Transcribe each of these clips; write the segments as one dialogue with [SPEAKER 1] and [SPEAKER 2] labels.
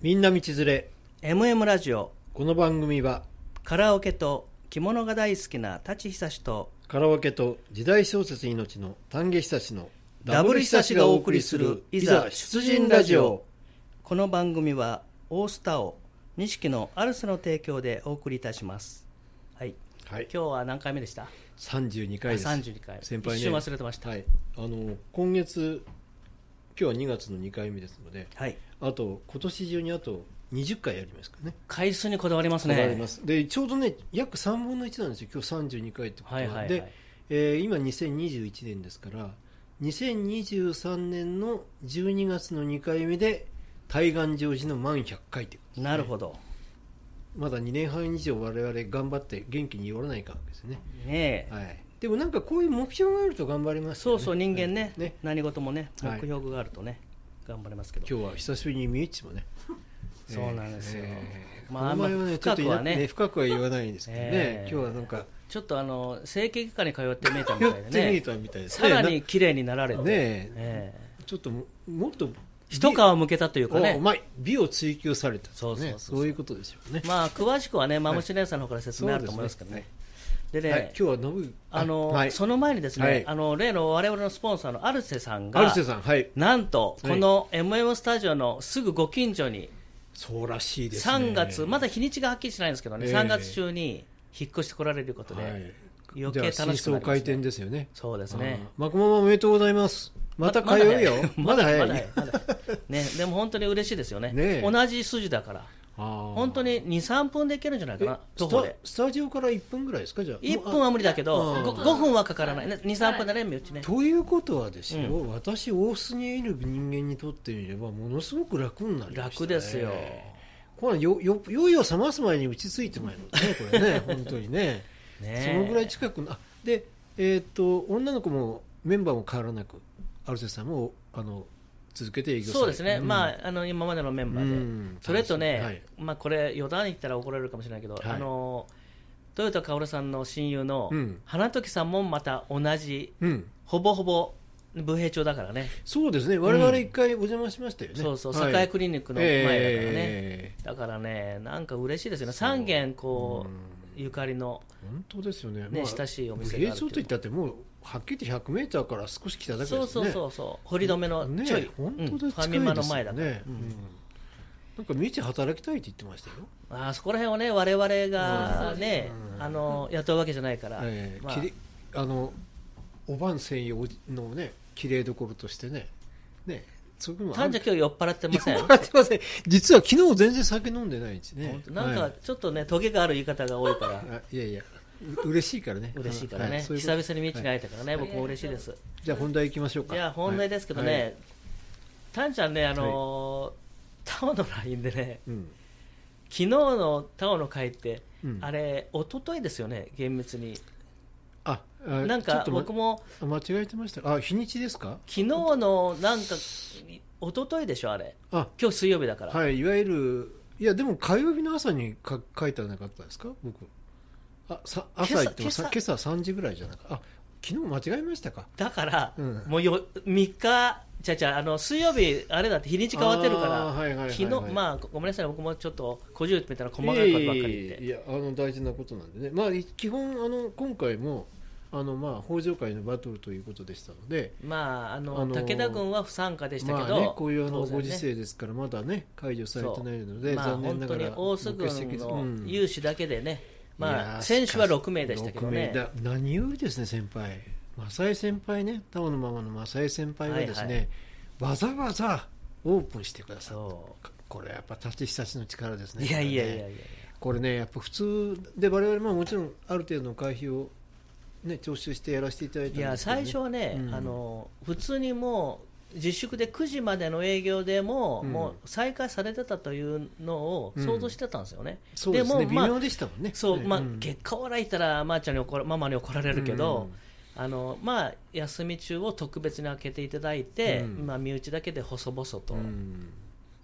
[SPEAKER 1] みんな道連れ
[SPEAKER 2] MM ラジオ
[SPEAKER 1] この番組は
[SPEAKER 2] カラオケと着物が大好きな舘久志と
[SPEAKER 1] カラオケと時代小説命の丹下久志の
[SPEAKER 2] ダブル久志がお送りする
[SPEAKER 1] いざ出陣ラジオ
[SPEAKER 2] この番組はオースターを錦のアルスの提供でお送りいたしますはい
[SPEAKER 1] はい
[SPEAKER 2] 今日は何回目でした
[SPEAKER 1] 32回です
[SPEAKER 2] あ32回
[SPEAKER 1] 先輩ね
[SPEAKER 2] 一瞬忘れてました
[SPEAKER 1] はいあの今月今日は2月の2回目ですので
[SPEAKER 2] はい
[SPEAKER 1] あと今年中にあと20回やりますからね
[SPEAKER 2] 回数にこだわります
[SPEAKER 1] こだわり
[SPEAKER 2] ね
[SPEAKER 1] ますでちょうどね約3分の1なんですよ今日32回ってことは,、
[SPEAKER 2] はいはいはい
[SPEAKER 1] で、えー今2021年ですから2023年の12月の2回目で対岸上寺の満100回ってことですね
[SPEAKER 2] なるほど
[SPEAKER 1] まだ2年半以上我々頑張って元気に寄らないかんですね、
[SPEAKER 2] ねえ
[SPEAKER 1] はい、でもなんかこういう目標があると頑張ります
[SPEAKER 2] そ
[SPEAKER 1] よね
[SPEAKER 2] うそう人間ね
[SPEAKER 1] はいね
[SPEAKER 2] 何事もね
[SPEAKER 1] は
[SPEAKER 2] 目
[SPEAKER 1] い
[SPEAKER 2] 標があるとね頑張れますけど
[SPEAKER 1] 今日は久しぶりにミエッチもね
[SPEAKER 2] そうなんですよま
[SPEAKER 1] ま
[SPEAKER 2] あ
[SPEAKER 1] あ、名前は
[SPEAKER 2] あんま
[SPEAKER 1] ね、ちょ
[SPEAKER 2] 深
[SPEAKER 1] っと
[SPEAKER 2] く
[SPEAKER 1] いな
[SPEAKER 2] は
[SPEAKER 1] く
[SPEAKER 2] ね
[SPEAKER 1] ね深くは言わないんですけどね、
[SPEAKER 2] ええ
[SPEAKER 1] 今日はなんか
[SPEAKER 2] ちょっとあの整形外科に通って見えたみ
[SPEAKER 1] や
[SPEAKER 2] た
[SPEAKER 1] っ
[SPEAKER 2] い
[SPEAKER 1] て
[SPEAKER 2] で
[SPEAKER 1] みえ
[SPEAKER 2] ね
[SPEAKER 1] たみたいです
[SPEAKER 2] さ
[SPEAKER 1] ね
[SPEAKER 2] らに綺麗麗になられて
[SPEAKER 1] ねえ
[SPEAKER 2] ええ
[SPEAKER 1] ちょっとももっと
[SPEAKER 2] 一皮向けたというか
[SPEAKER 1] おう
[SPEAKER 2] ね
[SPEAKER 1] まい美を追求された、ね、
[SPEAKER 2] そうそうそうそう
[SPEAKER 1] いうことですよね、
[SPEAKER 2] まあ詳しくはねまむし姉さんの方から説
[SPEAKER 1] そう
[SPEAKER 2] 明あ
[SPEAKER 1] で
[SPEAKER 2] ると
[SPEAKER 1] す
[SPEAKER 2] 思いますけどねで
[SPEAKER 1] はいはい
[SPEAKER 2] ね、
[SPEAKER 1] 今日はノブ
[SPEAKER 2] あの、
[SPEAKER 1] はい、
[SPEAKER 2] その前にですね、
[SPEAKER 1] はい
[SPEAKER 2] あの例の我々のスポンサーのアルセさん
[SPEAKER 1] アル
[SPEAKER 2] が
[SPEAKER 1] セさんはい
[SPEAKER 2] なんと
[SPEAKER 1] はい
[SPEAKER 2] この MM スタジオのすぐご近所に
[SPEAKER 1] そうらしいですね
[SPEAKER 2] 3月、まだ日にちがはっきりしないんですけどね、
[SPEAKER 1] ええ
[SPEAKER 2] 3月中に引っ越してこられることで、
[SPEAKER 1] はい
[SPEAKER 2] 余計楽しくなり
[SPEAKER 1] じゃ
[SPEAKER 2] ますね
[SPEAKER 1] あ新装開店ですよね
[SPEAKER 2] そうですね
[SPEAKER 1] あーマクママおめでとうございますまた通うよまだ早い
[SPEAKER 2] まだ早いまだ早いね、でも本当に嬉しいですよね
[SPEAKER 1] ねえ
[SPEAKER 2] 同じ筋だから本
[SPEAKER 1] 本
[SPEAKER 2] 当に23分でいけるんじゃないかな徒
[SPEAKER 1] ス
[SPEAKER 2] 歩
[SPEAKER 1] タ
[SPEAKER 2] で
[SPEAKER 1] スタジオから1分ぐらいですかじゃあ
[SPEAKER 2] 1分は無理だけど
[SPEAKER 1] あー
[SPEAKER 2] 5, 分はかからない、ね、23分だね身内ね
[SPEAKER 1] ということはですよ、私大須にいる人間にとってみればものすごく楽になりました、ね、
[SPEAKER 2] 楽ですよ
[SPEAKER 1] これよよよいよ覚ます前に打ちついてまいるねこれ ね本当にね
[SPEAKER 2] ねえ
[SPEAKER 1] そのぐらい近くのあでえーっと女の子もメンバーも変わらなくアルセさんもあの続けて営業され
[SPEAKER 2] そうですね、
[SPEAKER 1] ん
[SPEAKER 2] まあ、あの今までのメンバー
[SPEAKER 1] う
[SPEAKER 2] で、
[SPEAKER 1] ん
[SPEAKER 2] それとね、
[SPEAKER 1] はい
[SPEAKER 2] まあ、これ、余談言ったら怒られるかもしれないけど、
[SPEAKER 1] はい
[SPEAKER 2] あの豊田薫さんの親友の
[SPEAKER 1] うん
[SPEAKER 2] 花時さんもまた同じ、
[SPEAKER 1] うん
[SPEAKER 2] ほぼほぼ武平町だからね、
[SPEAKER 1] そうですね我々一回お邪魔しましたよね、
[SPEAKER 2] そうそう、
[SPEAKER 1] はい
[SPEAKER 2] 栄クリニックの前だからね、
[SPEAKER 1] え
[SPEAKER 2] だからね、なんか嬉しいですよね、3軒こう、ゆかりの、
[SPEAKER 1] ー本当ですよね
[SPEAKER 2] ね親しいお店がある
[SPEAKER 1] 芸
[SPEAKER 2] っていう
[SPEAKER 1] 町といったってもうはっきり言って1 0 0ルから少し来ただけです
[SPEAKER 2] そ
[SPEAKER 1] ね
[SPEAKER 2] うそうそうそう、堀留めの
[SPEAKER 1] ね
[SPEAKER 2] ちょい、
[SPEAKER 1] 本当
[SPEAKER 2] う
[SPEAKER 1] で
[SPEAKER 2] んフ
[SPEAKER 1] 近いですよ
[SPEAKER 2] ァ
[SPEAKER 1] ね
[SPEAKER 2] ミマの前だから。
[SPEAKER 1] うんなんか未知働きたいって言ってましたよ、
[SPEAKER 2] あーそこら辺はね、我々がね、あの雇うわけじゃないから、
[SPEAKER 1] ええ
[SPEAKER 2] まあ
[SPEAKER 1] きれあのおばん専用のね綺麗どころとしてねねそういうのもあ
[SPEAKER 2] 丹
[SPEAKER 1] る
[SPEAKER 2] 者今日酔っ払ってません。
[SPEAKER 1] 酔っ払ってません実は昨日全然酒飲んでないんですね
[SPEAKER 2] 本当なん
[SPEAKER 1] は
[SPEAKER 2] か
[SPEAKER 1] い
[SPEAKER 2] ちょっとね、トゲがある言い方が多いから、
[SPEAKER 1] あいやいやう嬉しいからね
[SPEAKER 2] 嬉しいからね、
[SPEAKER 1] はそういうこ
[SPEAKER 2] 久
[SPEAKER 1] と
[SPEAKER 2] 々にミッチに
[SPEAKER 1] は
[SPEAKER 2] 会
[SPEAKER 1] い
[SPEAKER 2] えたからね、僕も嬉しいです。
[SPEAKER 1] じゃあ本題行きましょうか
[SPEAKER 2] いや、本題ですけどね、タンちゃんね、あのー、タオの LINE でね、
[SPEAKER 1] はいうん
[SPEAKER 2] 昨日のタオの会って
[SPEAKER 1] うん、
[SPEAKER 2] あれ、一昨日ですよね、厳密に。
[SPEAKER 1] ああ
[SPEAKER 2] なん
[SPEAKER 1] ちょっ
[SPEAKER 2] か
[SPEAKER 1] とま
[SPEAKER 2] 僕も、
[SPEAKER 1] 間違えてましたあ日にちですか
[SPEAKER 2] 昨日のなんか、一昨日でしょ、あれ。
[SPEAKER 1] あ
[SPEAKER 2] 今日水曜日だから。
[SPEAKER 1] はいいわゆるいやでも火曜日の朝にか書いてなかったですか僕あさ朝
[SPEAKER 2] 今朝
[SPEAKER 1] 行ってもさ
[SPEAKER 2] 今
[SPEAKER 1] 今朝3時ぐらいじゃなくあ昨日間違えましたか
[SPEAKER 2] だから、
[SPEAKER 1] うん
[SPEAKER 2] もうよ3日、じゃじゃあの水曜日、あれだって日にち変わってるから、
[SPEAKER 1] あーはいはいはいはい
[SPEAKER 2] 昨日まあごめんなさい、僕もちょっと、小じゅうみたいな細かいことばっかり
[SPEAKER 1] いえ
[SPEAKER 2] 言っ
[SPEAKER 1] いえいえい
[SPEAKER 2] て、
[SPEAKER 1] やあの大事なことなんでねまあい基本あの今回もあのまあ北条会のバトルということでしたので
[SPEAKER 2] まあ、あの
[SPEAKER 1] あのー
[SPEAKER 2] 武田軍は不参加でしたけ
[SPEAKER 1] ま
[SPEAKER 2] ど、
[SPEAKER 1] あね、こういうあの
[SPEAKER 2] 当然
[SPEAKER 1] ご
[SPEAKER 2] ね
[SPEAKER 1] 時世ですからまだね解除されてないので、
[SPEAKER 2] まあ、
[SPEAKER 1] 残
[SPEAKER 2] 本
[SPEAKER 1] 念な
[SPEAKER 2] 当
[SPEAKER 1] が
[SPEAKER 2] に
[SPEAKER 1] ら
[SPEAKER 2] 大須軍の有志だけでね、
[SPEAKER 1] い
[SPEAKER 2] ま
[SPEAKER 1] や
[SPEAKER 2] あ、
[SPEAKER 1] ー
[SPEAKER 2] 選手は6名でしたけどね
[SPEAKER 1] し、かし6名だ何よりですね、先輩、正江先輩ね、タオのままの正江先輩はですね、
[SPEAKER 2] はいは
[SPEAKER 1] わざわざオープンしてくださっ
[SPEAKER 2] そ
[SPEAKER 1] た、これやっぱ舘久志の力です
[SPEAKER 2] う
[SPEAKER 1] ね、
[SPEAKER 2] いやいやいや
[SPEAKER 1] これ
[SPEAKER 2] いや
[SPEAKER 1] ね、これね、やっぱ普通で、我々ももちろんある程度の会費を、ね、徴収してやらせていただいたん
[SPEAKER 2] いや
[SPEAKER 1] ですけど、ね、
[SPEAKER 2] 最初はね、
[SPEAKER 1] うん
[SPEAKER 2] あの普通にもう自粛で9時までの営業でも、
[SPEAKER 1] うん
[SPEAKER 2] もう再開されてたというのを想像してたんですよね、
[SPEAKER 1] そうですね、
[SPEAKER 2] もま
[SPEAKER 1] 微
[SPEAKER 2] あ
[SPEAKER 1] 妙でしたもんね、
[SPEAKER 2] そう
[SPEAKER 1] ね
[SPEAKER 2] まあ
[SPEAKER 1] ん
[SPEAKER 2] 結果を笑いたらまーちゃんに怒らママに怒られるけど、
[SPEAKER 1] うん
[SPEAKER 2] あのまあ、休み中を特別に開けていただいて、
[SPEAKER 1] うん
[SPEAKER 2] まあ、身内だけで細々と、
[SPEAKER 1] うん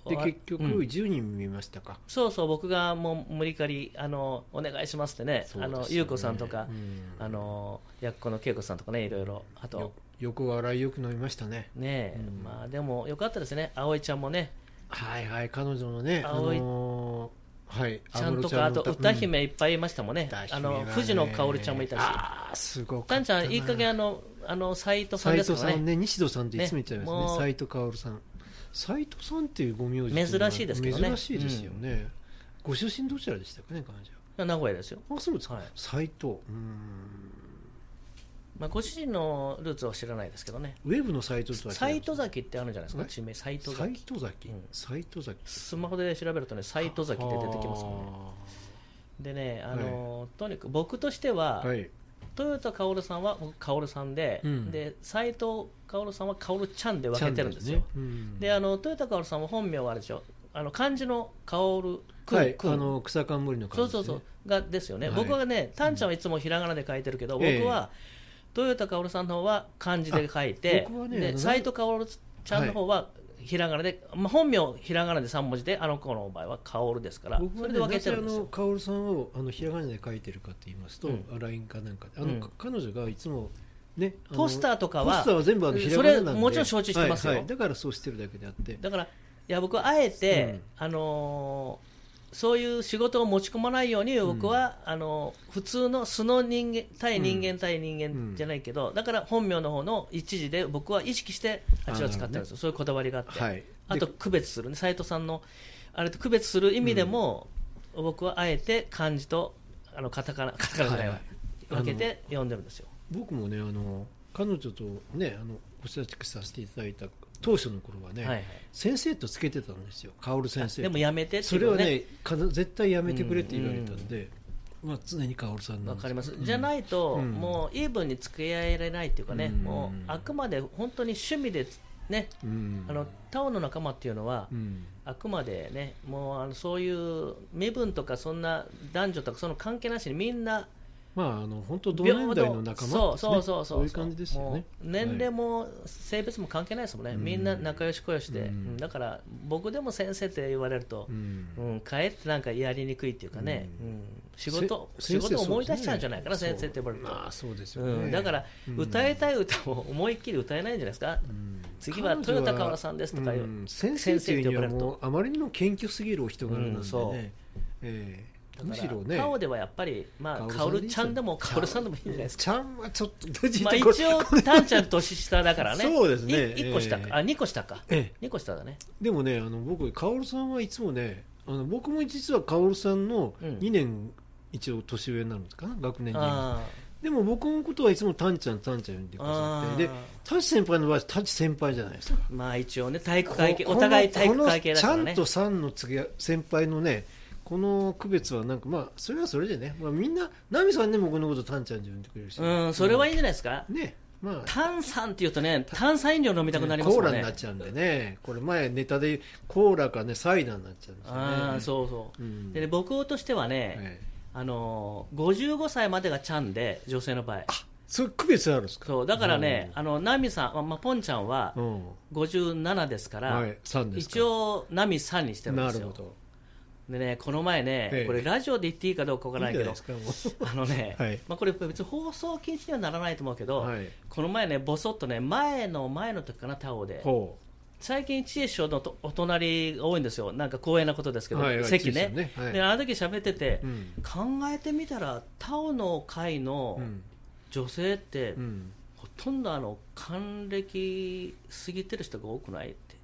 [SPEAKER 2] あ
[SPEAKER 1] で結局、
[SPEAKER 2] うん
[SPEAKER 1] 10人見ましたか。
[SPEAKER 2] そうそう僕がもう無理やりあのお願いしますってね
[SPEAKER 1] そう
[SPEAKER 2] あ
[SPEAKER 1] ですよね
[SPEAKER 2] の優子さんとか、
[SPEAKER 1] うん
[SPEAKER 2] あのやっこの恵子さんとかねいろいろあと
[SPEAKER 1] よ横笑いよく飲みましたね
[SPEAKER 2] ねえ、
[SPEAKER 1] うん
[SPEAKER 2] まあでもよかったですね、葵ちゃんもね、
[SPEAKER 1] はいはい彼女のねあ
[SPEAKER 2] 葵
[SPEAKER 1] のーはい
[SPEAKER 2] ちゃんと
[SPEAKER 1] 安室
[SPEAKER 2] か、あ
[SPEAKER 1] の
[SPEAKER 2] と歌姫いっぱいいましたも
[SPEAKER 1] う
[SPEAKER 2] ん
[SPEAKER 1] ん
[SPEAKER 2] ね
[SPEAKER 1] 歌。姫
[SPEAKER 2] あ
[SPEAKER 1] が
[SPEAKER 2] の、
[SPEAKER 1] ね
[SPEAKER 2] 藤野薫ちゃんもいたし。
[SPEAKER 1] あーすごかった
[SPEAKER 2] タ
[SPEAKER 1] な
[SPEAKER 2] ンちゃん、いい加減あの、あの、斎藤さん
[SPEAKER 1] 斉
[SPEAKER 2] です
[SPEAKER 1] 藤
[SPEAKER 2] か
[SPEAKER 1] さ
[SPEAKER 2] ら
[SPEAKER 1] ん
[SPEAKER 2] ね。
[SPEAKER 1] ね西戸さんっていつも言っちゃいます
[SPEAKER 2] ねも
[SPEAKER 1] ね
[SPEAKER 2] う
[SPEAKER 1] 斉藤薫さん斉藤さんっていうご名字ってうのは
[SPEAKER 2] 珍しいですけどね
[SPEAKER 1] 珍しいですよね、ご出身どちらでしたかね彼女
[SPEAKER 2] 名古屋ですよ。
[SPEAKER 1] はあそうですか、
[SPEAKER 2] はい
[SPEAKER 1] 斉藤うーん
[SPEAKER 2] まあ、ご主人のルーツは知らないですけどね。
[SPEAKER 1] ウェブのサイトとは
[SPEAKER 2] 斎藤
[SPEAKER 1] 崎
[SPEAKER 2] 崎ってあるんじゃないですか、
[SPEAKER 1] え
[SPEAKER 2] 地名、斎藤
[SPEAKER 1] 斎
[SPEAKER 2] 崎。
[SPEAKER 1] 藤崎
[SPEAKER 2] うん
[SPEAKER 1] 斎藤崎
[SPEAKER 2] スマホで調べるとね、斎藤崎って出てきますもんね。でね、あのとにかく僕としては、
[SPEAKER 1] あーはい
[SPEAKER 2] 豊田薫さんは僕薫さんで、
[SPEAKER 1] うん
[SPEAKER 2] で斎藤薫さんは薫ちゃんで分けてるんですよ。
[SPEAKER 1] ちゃん
[SPEAKER 2] で、あの豊田薫さんは本名はあれでしょ、あの漢字の薫、く
[SPEAKER 1] はい、
[SPEAKER 2] く
[SPEAKER 1] あの草冠の
[SPEAKER 2] そ
[SPEAKER 1] 感
[SPEAKER 2] う
[SPEAKER 1] じで
[SPEAKER 2] そう
[SPEAKER 1] す
[SPEAKER 2] そ
[SPEAKER 1] ね
[SPEAKER 2] う、がですよね、
[SPEAKER 1] はい
[SPEAKER 2] 僕はね、タンちゃんはいつもひらがなで書いてるけど、
[SPEAKER 1] ええ
[SPEAKER 2] 僕は豊田薫さんの方は漢字で書いて
[SPEAKER 1] あ僕は、ねあ
[SPEAKER 2] で
[SPEAKER 1] の
[SPEAKER 2] 斎藤薫ちゃんの方はひらがなで、まあ、本名ひらがなで3文字で、あの子の場合は薫ですから、
[SPEAKER 1] 僕
[SPEAKER 2] そ
[SPEAKER 1] はね、
[SPEAKER 2] れで分
[SPEAKER 1] な
[SPEAKER 2] けて
[SPEAKER 1] ぜ
[SPEAKER 2] る
[SPEAKER 1] あ
[SPEAKER 2] んです
[SPEAKER 1] の
[SPEAKER 2] よ。
[SPEAKER 1] 薫さんをあのひらがなで書いてるかと言いますと、
[SPEAKER 2] う
[SPEAKER 1] ラ
[SPEAKER 2] ん
[SPEAKER 1] イ LINE かなんかであの、
[SPEAKER 2] うん
[SPEAKER 1] か彼女がいつもねあの
[SPEAKER 2] ポスターとかは
[SPEAKER 1] ポスターは全部あのひらがななんで
[SPEAKER 2] それもちろん承知してますよ
[SPEAKER 1] はいはいだからそうしてるだけであって
[SPEAKER 2] だから、いや、僕はあえて、
[SPEAKER 1] うん
[SPEAKER 2] あのーそういう仕事を持ち込まないように、僕は、あのー普通の素の人間対人間対人間じゃないけど、だから本名の方の一字で、僕は意識して、あちらを使ってるんですよ、そういうこだわりがあって、
[SPEAKER 1] はい
[SPEAKER 2] あと
[SPEAKER 1] で
[SPEAKER 2] 区別するね、斎藤さんのあれと区別する意味でも、僕はあえて漢字とあのカタカナ、カタカナじゃないわ
[SPEAKER 1] はい
[SPEAKER 2] 分けて読んでるんですよ。
[SPEAKER 1] 僕もねあの彼女とねあのお親しくさせていただいた当初の頃はね、
[SPEAKER 2] はいはい
[SPEAKER 1] 先生とつけてたんですよ薫先生
[SPEAKER 2] でもやめてってい
[SPEAKER 1] そうれ
[SPEAKER 2] の
[SPEAKER 1] はねかな絶対やめてくれって言われたんで、まあ、常に薫さんな
[SPEAKER 2] わ
[SPEAKER 1] んです
[SPEAKER 2] かります、じゃないと、
[SPEAKER 1] うん
[SPEAKER 2] もうイーブンに付き合えられないっていうかね、
[SPEAKER 1] うん
[SPEAKER 2] もうあくまで本当に趣味で、ね、
[SPEAKER 1] うん
[SPEAKER 2] あのタオの仲間っていうのは、
[SPEAKER 1] うん
[SPEAKER 2] あくまでね、もうあのそういう身分とか、そんな男女とか、その関係なしにみんな、
[SPEAKER 1] まあ、あの本当同年代の仲間
[SPEAKER 2] そうそうそう
[SPEAKER 1] そういう感じですよ
[SPEAKER 2] も
[SPEAKER 1] ね
[SPEAKER 2] う。年齢
[SPEAKER 1] も、
[SPEAKER 2] も性別も関係ないですもんね、
[SPEAKER 1] うん
[SPEAKER 2] みんな仲良しこよしで、
[SPEAKER 1] うん
[SPEAKER 2] うんだから僕でも先生って言われると
[SPEAKER 1] う、
[SPEAKER 2] うんん、かえってなんかやりにくいっていうかね、う
[SPEAKER 1] うんん
[SPEAKER 2] 仕事
[SPEAKER 1] せ
[SPEAKER 2] 仕
[SPEAKER 1] 先生
[SPEAKER 2] 事を思い出しちゃうんじ
[SPEAKER 1] そ
[SPEAKER 2] ゃ
[SPEAKER 1] う
[SPEAKER 2] な
[SPEAKER 1] ですね
[SPEAKER 2] いかな、先生って呼ばれると。
[SPEAKER 1] まあそうですよね。
[SPEAKER 2] うん、だから
[SPEAKER 1] うん
[SPEAKER 2] 歌いたい歌を思いっきり歌えないんじゃないですか、
[SPEAKER 1] うん
[SPEAKER 2] 次は豊田薫さんですとか
[SPEAKER 1] 彼
[SPEAKER 2] いう
[SPEAKER 1] 女はうん先生っていうには
[SPEAKER 2] 先生って呼ばれると
[SPEAKER 1] もうあまりにも謙虚すぎるお人柄なんで
[SPEAKER 2] うん
[SPEAKER 1] ね。
[SPEAKER 2] そう
[SPEAKER 1] ええ
[SPEAKER 2] だ
[SPEAKER 1] むしろ
[SPEAKER 2] か
[SPEAKER 1] ね。
[SPEAKER 2] ら顔ではやっぱり、まあ、
[SPEAKER 1] 薫さんでいい
[SPEAKER 2] 薫ちゃんでも
[SPEAKER 1] ですよ
[SPEAKER 2] 薫さんでもいいんじゃないですか。
[SPEAKER 1] ちゃんはちょっとどじ
[SPEAKER 2] まあ、
[SPEAKER 1] て
[SPEAKER 2] 一
[SPEAKER 1] これ
[SPEAKER 2] 応、タンちゃん年下だからね、
[SPEAKER 1] そうですね
[SPEAKER 2] 1個下か、
[SPEAKER 1] ええ
[SPEAKER 2] あ、2個下か、
[SPEAKER 1] ええ
[SPEAKER 2] 2個下だね、
[SPEAKER 1] でもねあの僕薫さんはいつもねあの僕も実は薫さんの2年一応年上になるんですかな学年に。
[SPEAKER 2] あ
[SPEAKER 1] でも僕のことはいつもタンちゃんタンちゃん呼んでくださって
[SPEAKER 2] あ
[SPEAKER 1] で
[SPEAKER 2] ー
[SPEAKER 1] タチ先輩の場合はタチ先輩じゃないですか
[SPEAKER 2] ーまあ一応ね、体育会系、お互い体育会系だから
[SPEAKER 1] この
[SPEAKER 2] ね
[SPEAKER 1] ちゃんと、さんの次は先輩のねこの区別はなんかまあそれはそれでね、まあ、みんなナミさんでもこのことタンちゃんって呼んでくれるし、
[SPEAKER 2] うん、それはいいんじゃないですか、
[SPEAKER 1] ねまあ
[SPEAKER 2] 炭酸っていうとね、炭酸飲料飲みたくなります
[SPEAKER 1] コ
[SPEAKER 2] よ
[SPEAKER 1] ーラ
[SPEAKER 2] ね、
[SPEAKER 1] になっちゃうんでねこれ前ネタでコーラかねサイダーになっちゃうんですよね
[SPEAKER 2] あーそうそう、
[SPEAKER 1] うん
[SPEAKER 2] でね、僕としてはね、
[SPEAKER 1] ええ
[SPEAKER 2] あのー55歳までがちゃんで、女性の場合。
[SPEAKER 1] そういう区別あるんですか
[SPEAKER 2] そうだからね、あのナミさん、まあまあ、ポンちゃんは
[SPEAKER 1] うん、
[SPEAKER 2] 57ですから、
[SPEAKER 1] はい3ですか
[SPEAKER 2] 一応、ナミさんにしてるん
[SPEAKER 1] な
[SPEAKER 2] です
[SPEAKER 1] る
[SPEAKER 2] よ
[SPEAKER 1] ほ。ど
[SPEAKER 2] でね、この前ね、
[SPEAKER 1] ええ
[SPEAKER 2] これ、ラジオで言っていいかどうかわからないけど、
[SPEAKER 1] いいんじゃないですかも
[SPEAKER 2] あのね、
[SPEAKER 1] はい
[SPEAKER 2] まあ、これ、別に放送禁止にはならないと思うけど、
[SPEAKER 1] はい
[SPEAKER 2] この前ね、ぼそっとね、前の前の時かな、タオ
[SPEAKER 1] う
[SPEAKER 2] で、
[SPEAKER 1] ほ
[SPEAKER 2] 最近、知恵師匠のとお隣が多いんですよ、なんか光栄なことですけど、
[SPEAKER 1] はいはい
[SPEAKER 2] 席
[SPEAKER 1] 知恵
[SPEAKER 2] ね
[SPEAKER 1] 師匠ねはい
[SPEAKER 2] で、あの時喋ってて、
[SPEAKER 1] う、うん
[SPEAKER 2] 考えてみたら、タオの会の
[SPEAKER 1] うん
[SPEAKER 2] 女性って、
[SPEAKER 1] うん、
[SPEAKER 2] ほとんどあの還暦過ぎてる人が多くないって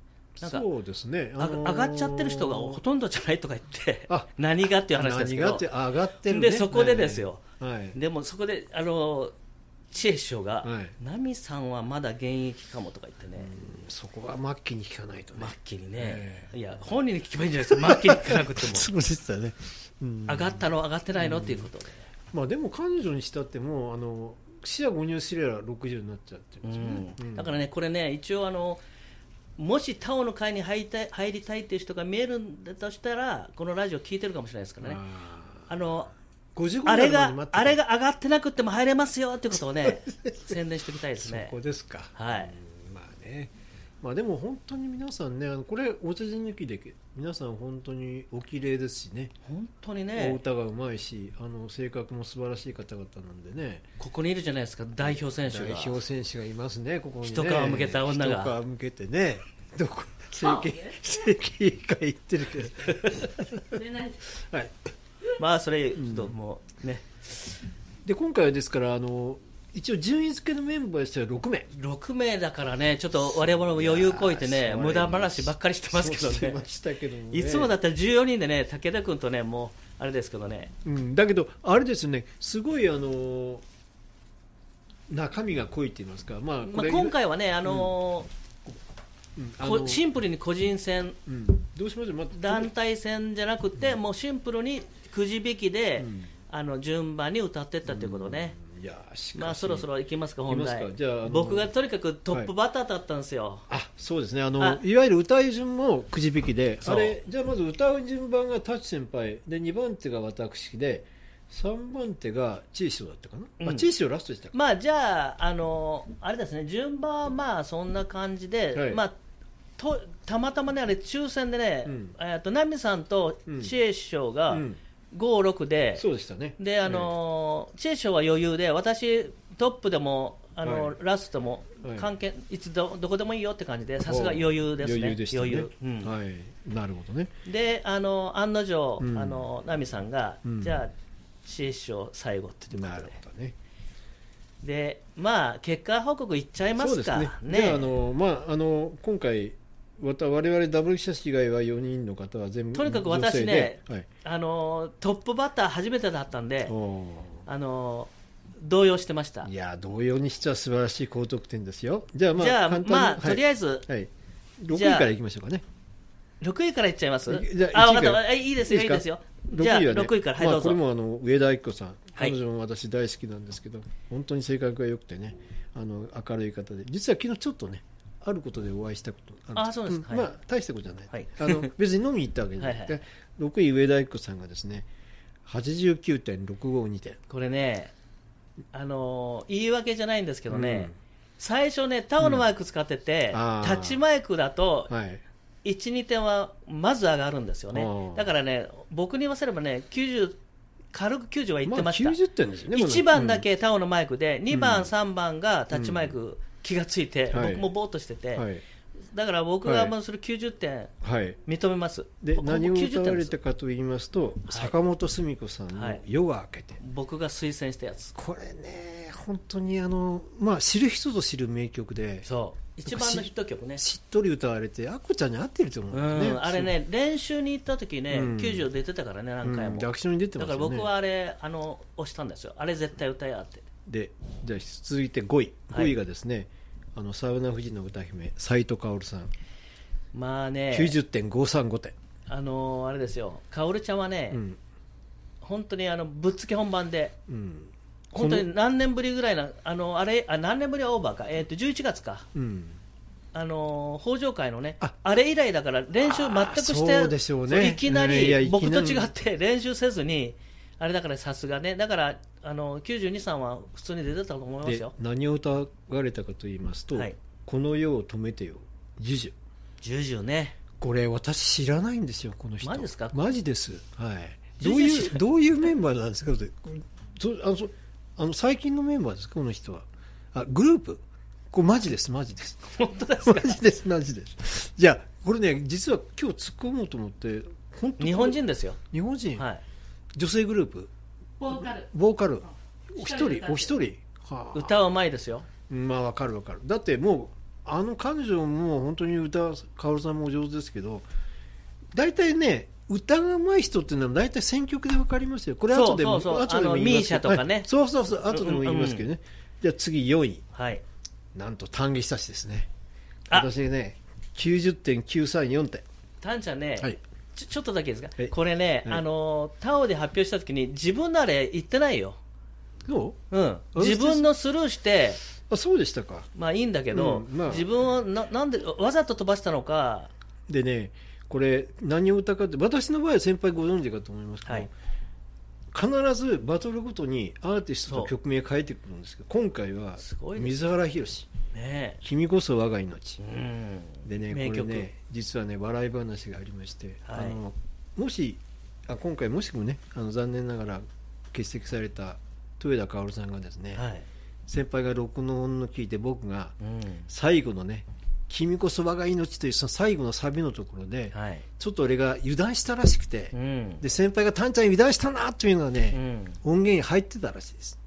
[SPEAKER 2] なんか
[SPEAKER 1] そうですね、
[SPEAKER 2] あ上がっちゃってる人がほとんどじゃないとか言って
[SPEAKER 1] あ
[SPEAKER 2] 何がっていう話です
[SPEAKER 1] 何
[SPEAKER 2] け
[SPEAKER 1] が
[SPEAKER 2] ど
[SPEAKER 1] ってあ上がってる、ね、
[SPEAKER 2] でそこでですよ
[SPEAKER 1] はい、はい
[SPEAKER 2] でもそこであの知恵師匠が
[SPEAKER 1] はい
[SPEAKER 2] 「ナ、ミ、さんはまだ現役かも」とか言ってね
[SPEAKER 1] そこは末期に聞かないとね
[SPEAKER 2] 末 期にね、
[SPEAKER 1] え
[SPEAKER 2] いや本人に聞けばいいんじゃないですか末期に聞かなくても
[SPEAKER 1] そうでしたね、うん
[SPEAKER 2] 上がったの上がってないのっていうことで、
[SPEAKER 1] まあ、でも彼女にしたってもうあの視野誤入すれば60になっちゃってるんですよね、うん
[SPEAKER 2] だからねこれね一応あのもしタオの会に入りたい入りたいっていう人が見えるんだとしたらこのラジオ聞いてるかもしれないですからね
[SPEAKER 1] あ
[SPEAKER 2] あの
[SPEAKER 1] ー55
[SPEAKER 2] あれ
[SPEAKER 1] になるまで待っ
[SPEAKER 2] が
[SPEAKER 1] てた
[SPEAKER 2] あれが上がってなくっても入れますよってこと をね宣伝しておきたいです
[SPEAKER 1] そ
[SPEAKER 2] ね
[SPEAKER 1] こですか、
[SPEAKER 2] はい
[SPEAKER 1] うんまあねまあでも本当に皆さんねあのこれお茶人抜きで皆さん本当にお綺麗ですしね
[SPEAKER 2] 本当に
[SPEAKER 1] お
[SPEAKER 2] ね
[SPEAKER 1] 歌がうまいしあの性格も素晴らしい方々なんでね
[SPEAKER 2] ここにいるじゃないですか代表選手
[SPEAKER 1] 代
[SPEAKER 2] が
[SPEAKER 1] 表選手がいますねここにね
[SPEAKER 2] 一皮むけた女が
[SPEAKER 1] 一皮むけてねどこ整形整形外科行ってるけど
[SPEAKER 3] 売れないで
[SPEAKER 1] はい
[SPEAKER 2] まあそれちょっともうね、
[SPEAKER 1] で今回はですからあの一応順位付けのメンバーでしたら6名
[SPEAKER 2] 6名だからねちょっと我々も余裕こいて
[SPEAKER 1] い
[SPEAKER 2] ね
[SPEAKER 1] やー
[SPEAKER 2] 無駄話ばっかりしてますけど
[SPEAKER 1] そうして
[SPEAKER 2] ね
[SPEAKER 1] ましたけどもね
[SPEAKER 2] いつもだったら14人でね武田君とねもうあれですけどね
[SPEAKER 1] うん、だけど、あれですね、すごいあの中身が濃いって言いますか、まあ、こ
[SPEAKER 2] まあ、
[SPEAKER 1] れ、
[SPEAKER 2] 今回はね、あの
[SPEAKER 1] うん、
[SPEAKER 2] ー
[SPEAKER 1] あ
[SPEAKER 2] こ
[SPEAKER 1] の
[SPEAKER 2] シンプルに個人戦、
[SPEAKER 1] うん、どうしましょう、ま
[SPEAKER 2] 団体戦じゃなくて、もうシンプルにくじ引きで、
[SPEAKER 1] うん
[SPEAKER 2] あの順番に歌ってったということね、
[SPEAKER 1] うんいやーしかし
[SPEAKER 2] まあそろそろ行きますか、本
[SPEAKER 1] 行きます
[SPEAKER 2] 題
[SPEAKER 1] かじゃああのー
[SPEAKER 2] 僕がとにかくトップバッターだったんですよ、
[SPEAKER 1] あそうですねあの
[SPEAKER 2] あ
[SPEAKER 1] いわゆる歌い順もくじ引きで、
[SPEAKER 2] そう
[SPEAKER 1] あれ、じゃあまず歌う順番がタチ先輩、で2番手が私で、3番手がチーショーだったかな、
[SPEAKER 2] うん
[SPEAKER 1] あチーショーラストでしたか、
[SPEAKER 2] まあじゃあ、あのーあれですね、順番はまあそんな感じで、
[SPEAKER 1] はい
[SPEAKER 2] まあとたまたまね、あれ、抽選でね、
[SPEAKER 1] うん
[SPEAKER 2] えっと奈美さんと知恵師匠が
[SPEAKER 1] うん、
[SPEAKER 2] 5、6で、
[SPEAKER 1] そうでしたね。
[SPEAKER 2] で、あのーチェイショーは余裕で、私、トップでも、あの
[SPEAKER 1] は
[SPEAKER 2] ー
[SPEAKER 1] い
[SPEAKER 2] ラストも
[SPEAKER 1] はい
[SPEAKER 2] 関係、い、つどどこでもいいよって感じで、
[SPEAKER 1] はい
[SPEAKER 2] さすが余裕ですね、
[SPEAKER 1] 余裕でしたね
[SPEAKER 2] 余裕うん
[SPEAKER 1] はい、なるほどね。
[SPEAKER 2] であのー案の定、
[SPEAKER 1] うん
[SPEAKER 2] あのー奈美さんが、
[SPEAKER 1] うん
[SPEAKER 2] じゃあ、チェイショー最後っていうこ
[SPEAKER 1] な
[SPEAKER 2] と
[SPEAKER 1] る
[SPEAKER 2] で、
[SPEAKER 1] ほどね。
[SPEAKER 2] でまあ、結果報告いっちゃいま
[SPEAKER 1] そう
[SPEAKER 2] す
[SPEAKER 1] です
[SPEAKER 2] か、
[SPEAKER 1] ね
[SPEAKER 2] ね
[SPEAKER 1] であのまああの今回また我々ダブル記者以外は4人の方は全部
[SPEAKER 2] とにかく私
[SPEAKER 1] 女性で
[SPEAKER 2] ね
[SPEAKER 1] はい、
[SPEAKER 2] あのートップバッター初めてだったんで、
[SPEAKER 1] お
[SPEAKER 2] あのー動揺してました
[SPEAKER 1] ーい。や同様にしては素晴らしい高得点ですよじゃあまあ
[SPEAKER 2] じゃ
[SPEAKER 1] 簡
[SPEAKER 2] あ、
[SPEAKER 1] 単に
[SPEAKER 2] まあ、
[SPEAKER 1] はい、
[SPEAKER 2] とりあえず、
[SPEAKER 1] はい、6位
[SPEAKER 2] じゃあ
[SPEAKER 1] からいきましょうかね
[SPEAKER 2] 6位からいっちゃいます
[SPEAKER 1] じゃあ
[SPEAKER 2] あ、
[SPEAKER 1] 一
[SPEAKER 2] 分
[SPEAKER 1] 位
[SPEAKER 2] かっ
[SPEAKER 1] から
[SPEAKER 2] た。えいいですよ、
[SPEAKER 1] い
[SPEAKER 2] い
[SPEAKER 1] い
[SPEAKER 2] い
[SPEAKER 1] で
[SPEAKER 2] ですす
[SPEAKER 1] か
[SPEAKER 2] よ。
[SPEAKER 1] 6
[SPEAKER 2] じゃあ、
[SPEAKER 1] 位はね
[SPEAKER 2] 6位から、はい、
[SPEAKER 1] ま
[SPEAKER 2] ど
[SPEAKER 1] あ、
[SPEAKER 2] う
[SPEAKER 1] これ
[SPEAKER 2] ぞ。
[SPEAKER 1] もあの上田愛子さん
[SPEAKER 2] はい
[SPEAKER 1] 彼女も私大好きなんですけど、本当に性格が良くてねあの明るい方で実は昨日ちょっとねあることでお会いしたことる
[SPEAKER 2] あそうですか
[SPEAKER 1] ん
[SPEAKER 2] はい
[SPEAKER 1] まあ大したことじゃない、
[SPEAKER 2] はい
[SPEAKER 1] あの別に飲みに行ったわけじゃなくて
[SPEAKER 2] はい
[SPEAKER 1] 6位上田愛子さんがですね89.652点
[SPEAKER 2] これね、あのー言い訳じゃないんですけどね、最初ね、タオのマイク使ってて
[SPEAKER 1] うんあ、ー
[SPEAKER 2] タッチマイクだと
[SPEAKER 1] うん、、はい
[SPEAKER 2] 1、2点はまず上がるんですよ
[SPEAKER 1] あ
[SPEAKER 2] ね
[SPEAKER 1] ー。
[SPEAKER 2] だからね、僕に言わせればね、90、軽く90は言ってました。
[SPEAKER 1] あ、90点ですよねま
[SPEAKER 2] 1番だけタオのマイクで、2番、3番がタッチマイク気がついて、
[SPEAKER 1] はい
[SPEAKER 2] 僕もぼーっとしてて、
[SPEAKER 1] はい
[SPEAKER 2] だから僕がもうそれ90点
[SPEAKER 1] はい
[SPEAKER 2] 認めます。
[SPEAKER 1] で
[SPEAKER 2] 僕も
[SPEAKER 1] 何を
[SPEAKER 2] 90
[SPEAKER 1] 歌わ
[SPEAKER 2] 点で
[SPEAKER 1] れ
[SPEAKER 2] す
[SPEAKER 1] たかと言いますと、坂本須美子さん
[SPEAKER 2] は
[SPEAKER 1] の
[SPEAKER 2] い
[SPEAKER 1] 「夜が明けて」
[SPEAKER 2] 僕が推薦したやつ
[SPEAKER 1] これね本当にあの、まあ、知る人ぞ知る名曲で
[SPEAKER 2] そう一番のヒット曲ね
[SPEAKER 1] しっとり歌われてあこちゃんに合ってると思う
[SPEAKER 2] うん
[SPEAKER 1] ですね、
[SPEAKER 2] んあれね練習に行った時ね、
[SPEAKER 1] うん
[SPEAKER 2] 90出てたからね
[SPEAKER 1] そう
[SPEAKER 2] 何回
[SPEAKER 1] う
[SPEAKER 2] も、
[SPEAKER 1] ん
[SPEAKER 2] だ
[SPEAKER 1] 楽勝に出てま
[SPEAKER 2] か
[SPEAKER 1] す
[SPEAKER 2] ら
[SPEAKER 1] よね
[SPEAKER 2] 僕はあれあの押したんですよあれ絶対歌えやって
[SPEAKER 1] でじゃあ続いて5位
[SPEAKER 2] は
[SPEAKER 1] 5
[SPEAKER 2] い
[SPEAKER 1] 位がですね、あのサウナ富士の歌姫斎藤薫さん、
[SPEAKER 2] まあね
[SPEAKER 1] 90.535点、
[SPEAKER 2] あのーあれですよ薫ちゃんはね、
[SPEAKER 1] うん
[SPEAKER 2] 本当にあのぶっつけ本番で
[SPEAKER 1] うん
[SPEAKER 2] 本当に何年ぶりぐらいなあのあれあ何年ぶりはオーバーかえっ、と11月か
[SPEAKER 1] うん、
[SPEAKER 2] あのー、北条会のね
[SPEAKER 1] あ
[SPEAKER 2] あれ以来だから練習全くして
[SPEAKER 1] あーそうでしょうね
[SPEAKER 2] そういきな
[SPEAKER 1] うんいや
[SPEAKER 2] り
[SPEAKER 1] いきなり
[SPEAKER 2] 僕と違って 練習せずにあれだからさすがねだからあの92さんは普通に出てたと思います
[SPEAKER 1] で
[SPEAKER 2] よ
[SPEAKER 1] 何を歌われたかと言いますと「
[SPEAKER 2] はい
[SPEAKER 1] この世を止めてよ」ジュジュ
[SPEAKER 2] 10ね
[SPEAKER 1] これ私知らないんですよこの人
[SPEAKER 2] マジですか
[SPEAKER 1] マジですはい
[SPEAKER 2] ジ
[SPEAKER 1] ど
[SPEAKER 2] ュ
[SPEAKER 1] う
[SPEAKER 2] ジュ知
[SPEAKER 1] い
[SPEAKER 2] らな
[SPEAKER 1] うどういうメンバーなんですかそうあのそうあの最近のメンバーですかこの人はあグループこれマジですマジです
[SPEAKER 2] 本当です
[SPEAKER 1] マ
[SPEAKER 2] か
[SPEAKER 1] ジですマジですじゃあこれね実は今日突っ込もうと思って本当
[SPEAKER 2] 日本人ですよ、
[SPEAKER 1] 日本人、
[SPEAKER 2] はい、
[SPEAKER 1] 女性グループ
[SPEAKER 3] ボーカル
[SPEAKER 1] ボーカルお
[SPEAKER 3] 一
[SPEAKER 1] 一
[SPEAKER 3] 人で歌って
[SPEAKER 1] 人お一人はあ
[SPEAKER 2] 歌はうまいですよ
[SPEAKER 1] まあわかるわかるだってもうあの彼女も本当に歌薫さんもお上手ですけど大体ね歌が上手い人っていうのは大体選曲でわかりますよこれ
[SPEAKER 2] そう
[SPEAKER 1] 後でも
[SPEAKER 2] そうそう
[SPEAKER 1] 後でも
[SPEAKER 2] あの
[SPEAKER 1] 言いますけど
[SPEAKER 2] MISIA とかね
[SPEAKER 1] はい そうそうそう後でも言いますけどね、じゃあ次4位
[SPEAKER 2] はい
[SPEAKER 1] なんと丹下久志ですね
[SPEAKER 2] あ
[SPEAKER 1] 私ね90.934点
[SPEAKER 2] タンちゃんね、
[SPEAKER 1] はい
[SPEAKER 2] ちょちょっとだけですが
[SPEAKER 1] はい
[SPEAKER 2] これね、
[SPEAKER 1] はい
[SPEAKER 2] あのータオで発表した時に自分のあれ言ってないよ、
[SPEAKER 1] ど
[SPEAKER 2] うん、
[SPEAKER 1] 私
[SPEAKER 2] 自分のスルーして
[SPEAKER 1] うあそうでしたか
[SPEAKER 2] まあいいんだけど、
[SPEAKER 1] うんまあ
[SPEAKER 2] 自分をななんでわざと飛ばしたのか、
[SPEAKER 1] でねこれ何を歌うかって私の場合は先輩ご存知かと思いますけど、
[SPEAKER 2] はい
[SPEAKER 1] 必ずバトルごとにアーティスト
[SPEAKER 2] そ
[SPEAKER 1] と
[SPEAKER 2] う
[SPEAKER 1] 曲名変えてくるんですけど今回は
[SPEAKER 2] すごいです
[SPEAKER 1] 水原宏
[SPEAKER 2] ね
[SPEAKER 1] 「君こそ我が命
[SPEAKER 2] え、うん」
[SPEAKER 1] でね
[SPEAKER 2] 名
[SPEAKER 1] これ
[SPEAKER 2] 曲、
[SPEAKER 1] ね実はね笑い話がありまして、
[SPEAKER 2] はい
[SPEAKER 1] あのもしあ今回もしもねあの残念ながら欠席された豊田薫さんがですね、
[SPEAKER 2] はい
[SPEAKER 1] 先輩が録音の聞いて僕が
[SPEAKER 2] うん、
[SPEAKER 1] 最後のね「君こそ我が命」というその最後のサビのところで、
[SPEAKER 2] はい、
[SPEAKER 1] ちょっと俺が油断したらしくて、
[SPEAKER 2] うん
[SPEAKER 1] で先輩が「タンちゃん油断したな」というのが
[SPEAKER 2] う
[SPEAKER 1] ね、
[SPEAKER 2] ん、
[SPEAKER 1] 音源に入ってたらしいです、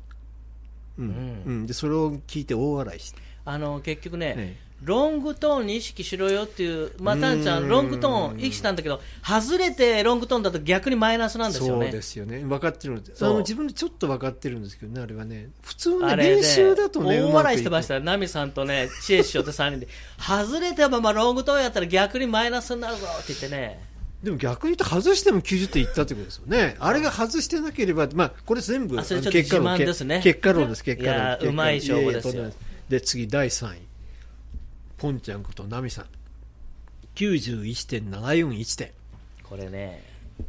[SPEAKER 1] うん
[SPEAKER 2] う
[SPEAKER 1] うんでそれを聞いて大笑いして、
[SPEAKER 2] あの結局ね、
[SPEAKER 1] ね
[SPEAKER 2] ロングトーンに意識しろよっていう、まあ、
[SPEAKER 1] うん
[SPEAKER 2] タンちゃん、ロングトーン、意識したんだけど、外れてロングトーンだと逆にマイナスなんです
[SPEAKER 1] そ
[SPEAKER 2] よ
[SPEAKER 1] う
[SPEAKER 2] ね。
[SPEAKER 1] ですよね分かってるのであ
[SPEAKER 2] そう
[SPEAKER 1] の自分でちょっと分かってるんですけどねあれはね普通
[SPEAKER 2] あ
[SPEAKER 1] の、
[SPEAKER 2] れ
[SPEAKER 1] ね、
[SPEAKER 2] ね
[SPEAKER 1] 練習だとね
[SPEAKER 2] 大
[SPEAKER 1] うまく
[SPEAKER 2] 笑
[SPEAKER 1] い
[SPEAKER 2] い
[SPEAKER 1] く
[SPEAKER 2] してましたよ、ナミさんとね、知恵師匠と3人で、外れたままロングトーンやったら逆にマイナスになるぞって言ってね、
[SPEAKER 1] でも逆に言うと外しても90点いったってことですよねあれが外してなければ、まあ、これ全部
[SPEAKER 2] あそれ
[SPEAKER 1] あの
[SPEAKER 2] ちょっと
[SPEAKER 1] 結果論
[SPEAKER 2] 自慢ですね
[SPEAKER 1] け結果論です結果論
[SPEAKER 2] いやー
[SPEAKER 1] 結果論
[SPEAKER 2] うまい勝負
[SPEAKER 1] やや
[SPEAKER 2] です
[SPEAKER 1] と
[SPEAKER 2] よ
[SPEAKER 1] んでもないで次第3位ポンちゃんことナミさん91.741点
[SPEAKER 2] これね、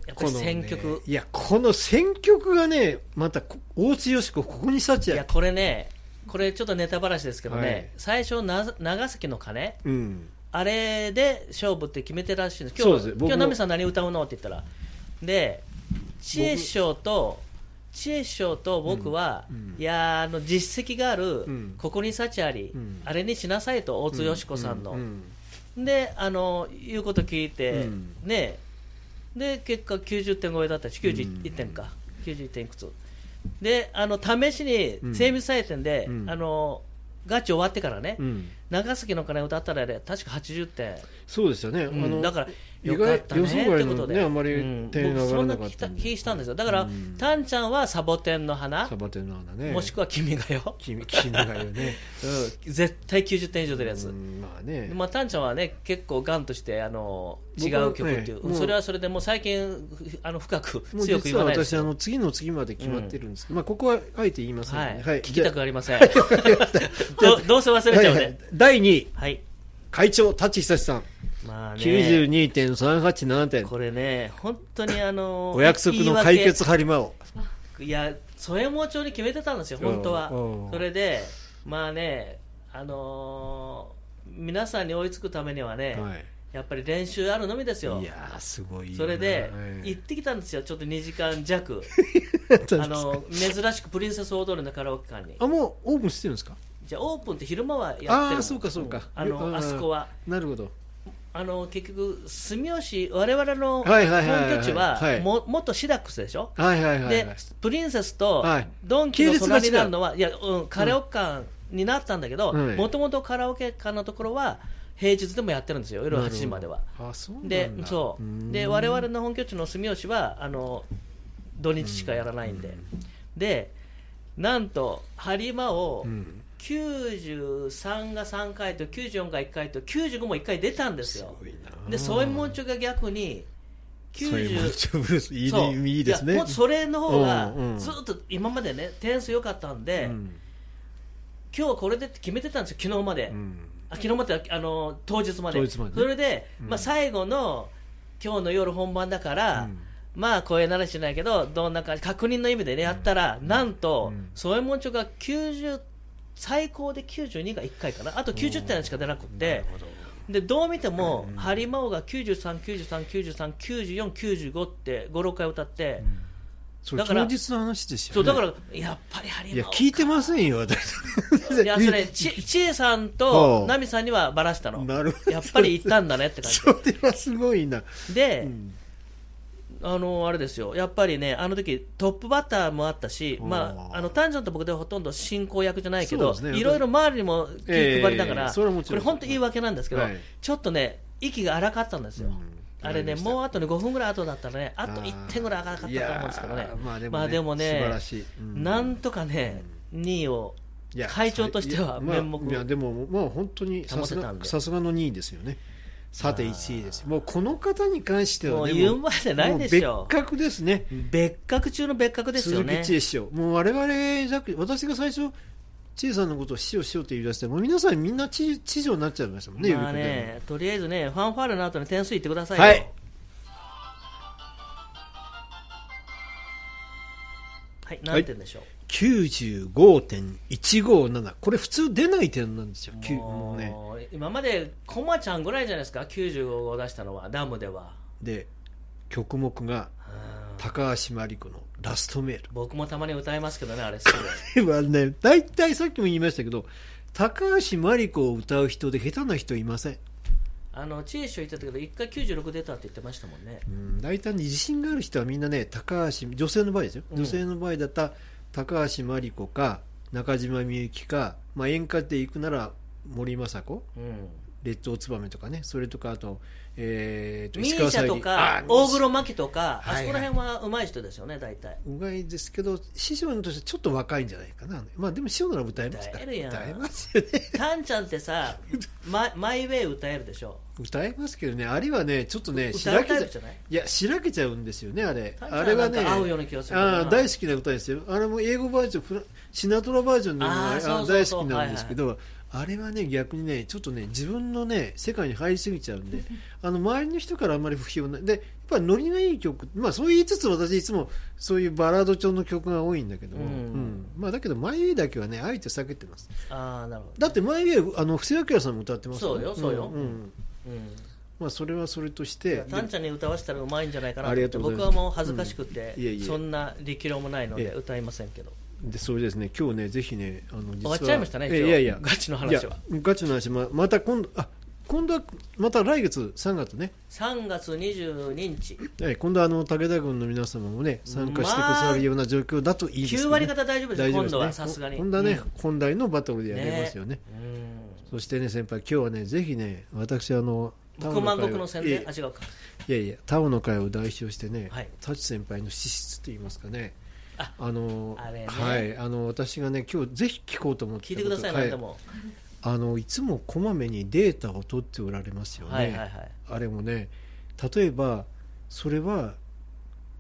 [SPEAKER 2] やっぱ
[SPEAKER 1] こ
[SPEAKER 2] り
[SPEAKER 1] のね
[SPEAKER 2] 選曲、
[SPEAKER 1] いやこの選曲がねまたこ大津よしこここに幸
[SPEAKER 2] いや、
[SPEAKER 1] あ
[SPEAKER 2] これね、これちょっとネタばらしですけどね、
[SPEAKER 1] はい
[SPEAKER 2] 最初な、長崎の鐘、
[SPEAKER 1] うん
[SPEAKER 2] あれで勝負って決めてらっしいんです今
[SPEAKER 1] そう
[SPEAKER 2] 日
[SPEAKER 1] です僕も
[SPEAKER 2] 今日ナミさん何歌うのって言ったらで知恵師匠と知恵師匠と僕は、
[SPEAKER 1] うんうん
[SPEAKER 2] いやーあの実績がある、
[SPEAKER 1] うん
[SPEAKER 2] ここに幸あり、
[SPEAKER 1] うん
[SPEAKER 2] あれにしなさいと大津よしこさんの、
[SPEAKER 1] ううん
[SPEAKER 2] であの言うこと聞いて、
[SPEAKER 1] うん
[SPEAKER 2] ねで結果90点超えだったし91点
[SPEAKER 1] う
[SPEAKER 2] か、91点いくつであの試しに精密採点で、
[SPEAKER 1] うん
[SPEAKER 2] あのガチ終わってからね、
[SPEAKER 1] うん
[SPEAKER 2] 長崎の鐘歌ったらね確か80点、
[SPEAKER 1] そうですよね、
[SPEAKER 2] うん
[SPEAKER 1] あの
[SPEAKER 2] だから
[SPEAKER 1] 意
[SPEAKER 2] よ
[SPEAKER 1] 外
[SPEAKER 2] かったね
[SPEAKER 1] 予想
[SPEAKER 2] っ
[SPEAKER 1] 外
[SPEAKER 2] て
[SPEAKER 1] の
[SPEAKER 2] ことで、
[SPEAKER 1] ねあんまり
[SPEAKER 2] うん
[SPEAKER 1] 点が上
[SPEAKER 2] 僕
[SPEAKER 1] が
[SPEAKER 2] そ
[SPEAKER 1] ら
[SPEAKER 2] ん
[SPEAKER 1] な
[SPEAKER 2] な
[SPEAKER 1] かった
[SPEAKER 2] 気
[SPEAKER 1] んで
[SPEAKER 2] 気したんですよだから、
[SPEAKER 1] うん
[SPEAKER 2] タンちゃんはサボテンの花
[SPEAKER 1] サ、バテンの花ね
[SPEAKER 2] もしくは君がよ、
[SPEAKER 1] 君 君がよね
[SPEAKER 2] うん絶対90点以上出るや
[SPEAKER 1] う
[SPEAKER 2] つ、
[SPEAKER 1] んまあね、
[SPEAKER 2] まあ、タンちゃんはね結構ガンとしてあの違う曲っていう、
[SPEAKER 1] 僕はねもう
[SPEAKER 2] それはそれでもう最近ふあの深く
[SPEAKER 1] もう
[SPEAKER 2] 強く
[SPEAKER 1] 実
[SPEAKER 2] 言
[SPEAKER 1] は
[SPEAKER 2] わないです
[SPEAKER 1] 私あの次の次まで決まってるんですけど、まあここはあえて言いません
[SPEAKER 2] は
[SPEAKER 1] ので、
[SPEAKER 2] い聞きたく
[SPEAKER 1] は
[SPEAKER 2] ありません
[SPEAKER 1] じゃ
[SPEAKER 2] どどうせ忘れちゃう
[SPEAKER 1] はいは
[SPEAKER 2] ね
[SPEAKER 1] い第2位
[SPEAKER 2] はい、
[SPEAKER 1] 会長舘久志さん
[SPEAKER 2] まあね
[SPEAKER 1] 92.387点
[SPEAKER 2] これね本当にあの
[SPEAKER 1] お約束の解決張り間を
[SPEAKER 2] いや、添えも町に決めてたんですよ、本当は
[SPEAKER 1] うんうん。
[SPEAKER 2] それで、まあね、あのー皆さんに追いつくためにはね、
[SPEAKER 1] はい
[SPEAKER 2] やっぱり練習あるのみですよ
[SPEAKER 1] い。やーすごいな
[SPEAKER 2] それで、
[SPEAKER 1] はい
[SPEAKER 2] 行ってきたんですよ、ちょっと2時間弱。あ
[SPEAKER 1] あ
[SPEAKER 2] の、珍しくプリンセス大通りのカラオケ館に。
[SPEAKER 1] あもうオープンしてるんですか
[SPEAKER 2] じゃあ、オープンって昼間はやってるの
[SPEAKER 1] ああーそうかそうか、
[SPEAKER 2] あの、
[SPEAKER 1] ー
[SPEAKER 2] あそこは。
[SPEAKER 1] なるほど
[SPEAKER 2] あの、結局、住吉、我々の本
[SPEAKER 1] はいはいはいはい
[SPEAKER 2] 拠地は
[SPEAKER 1] はい、
[SPEAKER 2] も元シダックスでしょ
[SPEAKER 1] はいはいはい、はい、
[SPEAKER 2] で、プリンセスと
[SPEAKER 1] はい
[SPEAKER 2] ドンキの隣になるのは、いや、うん、カラオケ館になったんだけど、
[SPEAKER 1] はい
[SPEAKER 2] もともとカラオケ館のところは、平日でもやってるんですよ、夜8時までは。
[SPEAKER 1] あそうなんだ
[SPEAKER 2] で、そうう。
[SPEAKER 1] ん
[SPEAKER 2] で、我々の本拠地の住吉は、あの、土日しかやらないんで。で、なんと、播磨を
[SPEAKER 1] うん
[SPEAKER 2] 93が3回と94が1回と95も1回出たんで
[SPEAKER 1] す
[SPEAKER 2] すよ。
[SPEAKER 1] ごいな
[SPEAKER 2] で、宗右衛門町が逆に、
[SPEAKER 1] そういう
[SPEAKER 2] 90、
[SPEAKER 1] もんブルースいい
[SPEAKER 2] そう
[SPEAKER 1] ねいいですね
[SPEAKER 2] やもうそれの方が
[SPEAKER 1] うんうん
[SPEAKER 2] ずっと今までね点数良かったん
[SPEAKER 1] う
[SPEAKER 2] で、
[SPEAKER 1] ん
[SPEAKER 2] 今日はこれでって決めてたんですよ昨日まで、
[SPEAKER 1] うん
[SPEAKER 2] あ昨日まであの当日まで
[SPEAKER 1] 当日までね
[SPEAKER 2] それで、
[SPEAKER 1] うん
[SPEAKER 2] まあ、最後の今日の夜本番だから、
[SPEAKER 1] うん
[SPEAKER 2] まあ声ならしないけどどんなか確認の意味でねやったら、なんと
[SPEAKER 1] うん
[SPEAKER 2] 宗右衛門町が90最高で92が1回かなあと90点しか出なく
[SPEAKER 1] な
[SPEAKER 2] て
[SPEAKER 1] る。ほど
[SPEAKER 2] でどう見ても、
[SPEAKER 1] うん
[SPEAKER 2] ハリマオが93、93、93、94、95って5、6回歌って、
[SPEAKER 1] それ
[SPEAKER 2] だから
[SPEAKER 1] 当日の話ですよ、ね、
[SPEAKER 2] そうだからやっぱりハリ
[SPEAKER 1] いや
[SPEAKER 2] マオ
[SPEAKER 1] 聞いてませんよ私
[SPEAKER 2] いやそれちちえさん
[SPEAKER 1] う
[SPEAKER 2] と
[SPEAKER 1] ん
[SPEAKER 2] ナミさんにはばらした の
[SPEAKER 1] なるほど
[SPEAKER 2] やっぱり行ったんだねって感
[SPEAKER 1] それはすごいな、
[SPEAKER 2] じで、
[SPEAKER 1] うん
[SPEAKER 2] あのあれですよやっぱりねあの時トップバッターもあったし、
[SPEAKER 1] うん
[SPEAKER 2] まあ、あの丹ちゃんと僕でほとんど進行役じゃないけど、
[SPEAKER 1] そうですね
[SPEAKER 2] いろいろ周りにも気配りながら、
[SPEAKER 1] ええそれはもち
[SPEAKER 2] こ
[SPEAKER 1] ろん
[SPEAKER 2] れ本当言い訳なんですけど、
[SPEAKER 1] はい
[SPEAKER 2] ちょっとね息が荒かったんですよ、
[SPEAKER 1] うん
[SPEAKER 2] あれね
[SPEAKER 1] わかりました
[SPEAKER 2] もうあとね5分ぐらい後だったらねあと
[SPEAKER 1] ー
[SPEAKER 2] 1点ぐらい荒かったと思うんですけど
[SPEAKER 1] い
[SPEAKER 2] ね
[SPEAKER 1] やーまあでもね,、
[SPEAKER 2] まあでもね
[SPEAKER 1] 素晴らしい、う
[SPEAKER 2] なんとかね、2位を
[SPEAKER 1] いや
[SPEAKER 2] 会長としては
[SPEAKER 1] まあ
[SPEAKER 2] 面目
[SPEAKER 1] いやでもまあ本当にさす
[SPEAKER 2] 保てた
[SPEAKER 1] が
[SPEAKER 2] んで
[SPEAKER 1] さすがの2位ですよねさて
[SPEAKER 2] まあ
[SPEAKER 1] 1位ですよもうこの方に関して
[SPEAKER 2] も
[SPEAKER 1] は
[SPEAKER 2] う
[SPEAKER 1] ね
[SPEAKER 2] 言う
[SPEAKER 1] も
[SPEAKER 2] までないでし
[SPEAKER 1] も
[SPEAKER 2] ょ
[SPEAKER 1] う別格ですね
[SPEAKER 2] 別格中の別格ですよ
[SPEAKER 1] 鈴木
[SPEAKER 2] ね
[SPEAKER 1] 千恵師匠もう我々じゃなくて私が最初千恵さんのことを師匠師匠って言い出してもう皆さんみんな知事知事になっちゃいましたもんね,呼び
[SPEAKER 2] ま
[SPEAKER 1] 方
[SPEAKER 2] あ
[SPEAKER 1] に、
[SPEAKER 2] ね、とりあえずね、ファンファーレの後に点数言ってくださいよ。
[SPEAKER 1] はい
[SPEAKER 2] はい何点でしょう、
[SPEAKER 1] 95.157これ普通出ない点なんですよきゅうもうね
[SPEAKER 2] もう今までコマちゃんぐらいじゃないですか、95を出したのは、ダムでは。
[SPEAKER 1] で曲目が
[SPEAKER 2] うん
[SPEAKER 1] 高橋真理子の「ラストメール」
[SPEAKER 2] 僕もたまに歌いますけどね、あれすぐ。
[SPEAKER 1] はね、大体さっきも言いましたけど、高橋真理子を歌う人で下手な人いません、
[SPEAKER 2] あの知恵書言ってたけど1回96出たって言ってましたもんね
[SPEAKER 1] うん、大体に自信がある人はみんなね高橋女性の場合ですよ、
[SPEAKER 2] うん
[SPEAKER 1] 女性の場合だったら高橋真理子か中島みゆきか、まあ、演歌で行くなら森昌子
[SPEAKER 2] うん
[SPEAKER 1] 列島ツバメとかねそれとかあと,、えー、と
[SPEAKER 2] ミーシャと
[SPEAKER 1] あー
[SPEAKER 2] か大黒摩季とかあ
[SPEAKER 1] は
[SPEAKER 2] そ
[SPEAKER 1] い
[SPEAKER 2] こ
[SPEAKER 1] は
[SPEAKER 2] ら
[SPEAKER 1] い
[SPEAKER 2] 辺は上手い人ですよね大体
[SPEAKER 1] うがいですけど師匠としてちょっと若いんじゃないかなまあでも師匠なら歌えますから
[SPEAKER 2] 歌えるやん
[SPEAKER 1] 歌えますよね
[SPEAKER 2] タンちゃんってさマイマイウェイ歌えるでしょ
[SPEAKER 1] 歌えますけどねあれはねちょっとねし
[SPEAKER 2] 歌
[SPEAKER 1] ら
[SPEAKER 2] う
[SPEAKER 1] け
[SPEAKER 2] タ
[SPEAKER 1] ち
[SPEAKER 2] イ
[SPEAKER 1] ゃ
[SPEAKER 2] プじゃない
[SPEAKER 1] いやしらけちゃうんですよねあれ
[SPEAKER 2] タンちゃ
[SPEAKER 1] あ
[SPEAKER 2] ん
[SPEAKER 1] れは
[SPEAKER 2] はなん
[SPEAKER 1] ね
[SPEAKER 2] か合うような気がする
[SPEAKER 1] あー大
[SPEAKER 2] 好
[SPEAKER 1] 好きな歌ですよあれも英語バージョンフラシナトラバージョンのものが
[SPEAKER 2] あーそう
[SPEAKER 1] あ
[SPEAKER 2] そう
[SPEAKER 1] 大
[SPEAKER 2] そう
[SPEAKER 1] 好きなんですけど、あれはね逆にねちょっとね自分のね世界に入りすぎちゃうんであの周りの人からあんまり不評ないでやっぱりノリのいい曲まあそう言いつつ私いつもそういうバラード調の曲が多いんだけども、
[SPEAKER 2] うん
[SPEAKER 1] うんまあ、だけど「マイ・ウェイ」だけはねあえて避けてます
[SPEAKER 2] ああなるほど
[SPEAKER 1] だって「マイ・ウェイ」あの布施明さんも歌ってますから
[SPEAKER 2] そうよそうよ
[SPEAKER 1] んん
[SPEAKER 2] うん
[SPEAKER 1] まあ、それはそれとして
[SPEAKER 2] タンちゃんに歌わせたらうまいんじゃないかなと
[SPEAKER 1] あり
[SPEAKER 2] 思っ
[SPEAKER 1] がと
[SPEAKER 2] て
[SPEAKER 1] うござい
[SPEAKER 2] 僕
[SPEAKER 1] ます
[SPEAKER 2] はもう恥ずかしくて、
[SPEAKER 1] うんいえいえ
[SPEAKER 2] そんな力量もないので
[SPEAKER 1] ええ
[SPEAKER 2] 歌いませんけど、
[SPEAKER 1] でそれですね今日ねぜひねあの
[SPEAKER 2] 終わっちゃいましたね
[SPEAKER 1] え
[SPEAKER 2] 今日
[SPEAKER 1] いやいや
[SPEAKER 2] ガチの話はい
[SPEAKER 1] やガチの話ままた今度あ今度はまた来月3月ね、
[SPEAKER 2] 3月22日
[SPEAKER 1] え今度はあの武田軍の皆様もね参加してくださるような状況だといいですけど
[SPEAKER 2] 9割方大丈夫です
[SPEAKER 1] 大丈夫
[SPEAKER 2] 今
[SPEAKER 1] です、ね、
[SPEAKER 2] 度はさすがに
[SPEAKER 1] 今度はね、本来のバトルで
[SPEAKER 2] うん
[SPEAKER 1] やりますよね
[SPEAKER 2] うん
[SPEAKER 1] そしてね先輩今日はねぜひね私あのタオ
[SPEAKER 2] 僕万
[SPEAKER 1] 会を
[SPEAKER 2] 国の宣
[SPEAKER 1] いえ
[SPEAKER 2] 伝あ違うか
[SPEAKER 1] いやいやタオの会を代表してね、
[SPEAKER 2] はい
[SPEAKER 1] タチ先輩の資質といいますかね
[SPEAKER 2] あ
[SPEAKER 1] あの
[SPEAKER 2] あれね
[SPEAKER 1] はいあの私がね今日ぜひ聞こうと思って
[SPEAKER 2] 聞い
[SPEAKER 1] た
[SPEAKER 2] て
[SPEAKER 1] こ
[SPEAKER 2] く
[SPEAKER 1] と
[SPEAKER 2] ださい
[SPEAKER 1] は
[SPEAKER 2] 何でも、
[SPEAKER 1] あのいつもこまめにデータを取っておられますよね、
[SPEAKER 2] はいはいはい
[SPEAKER 1] あれもね例えばそれは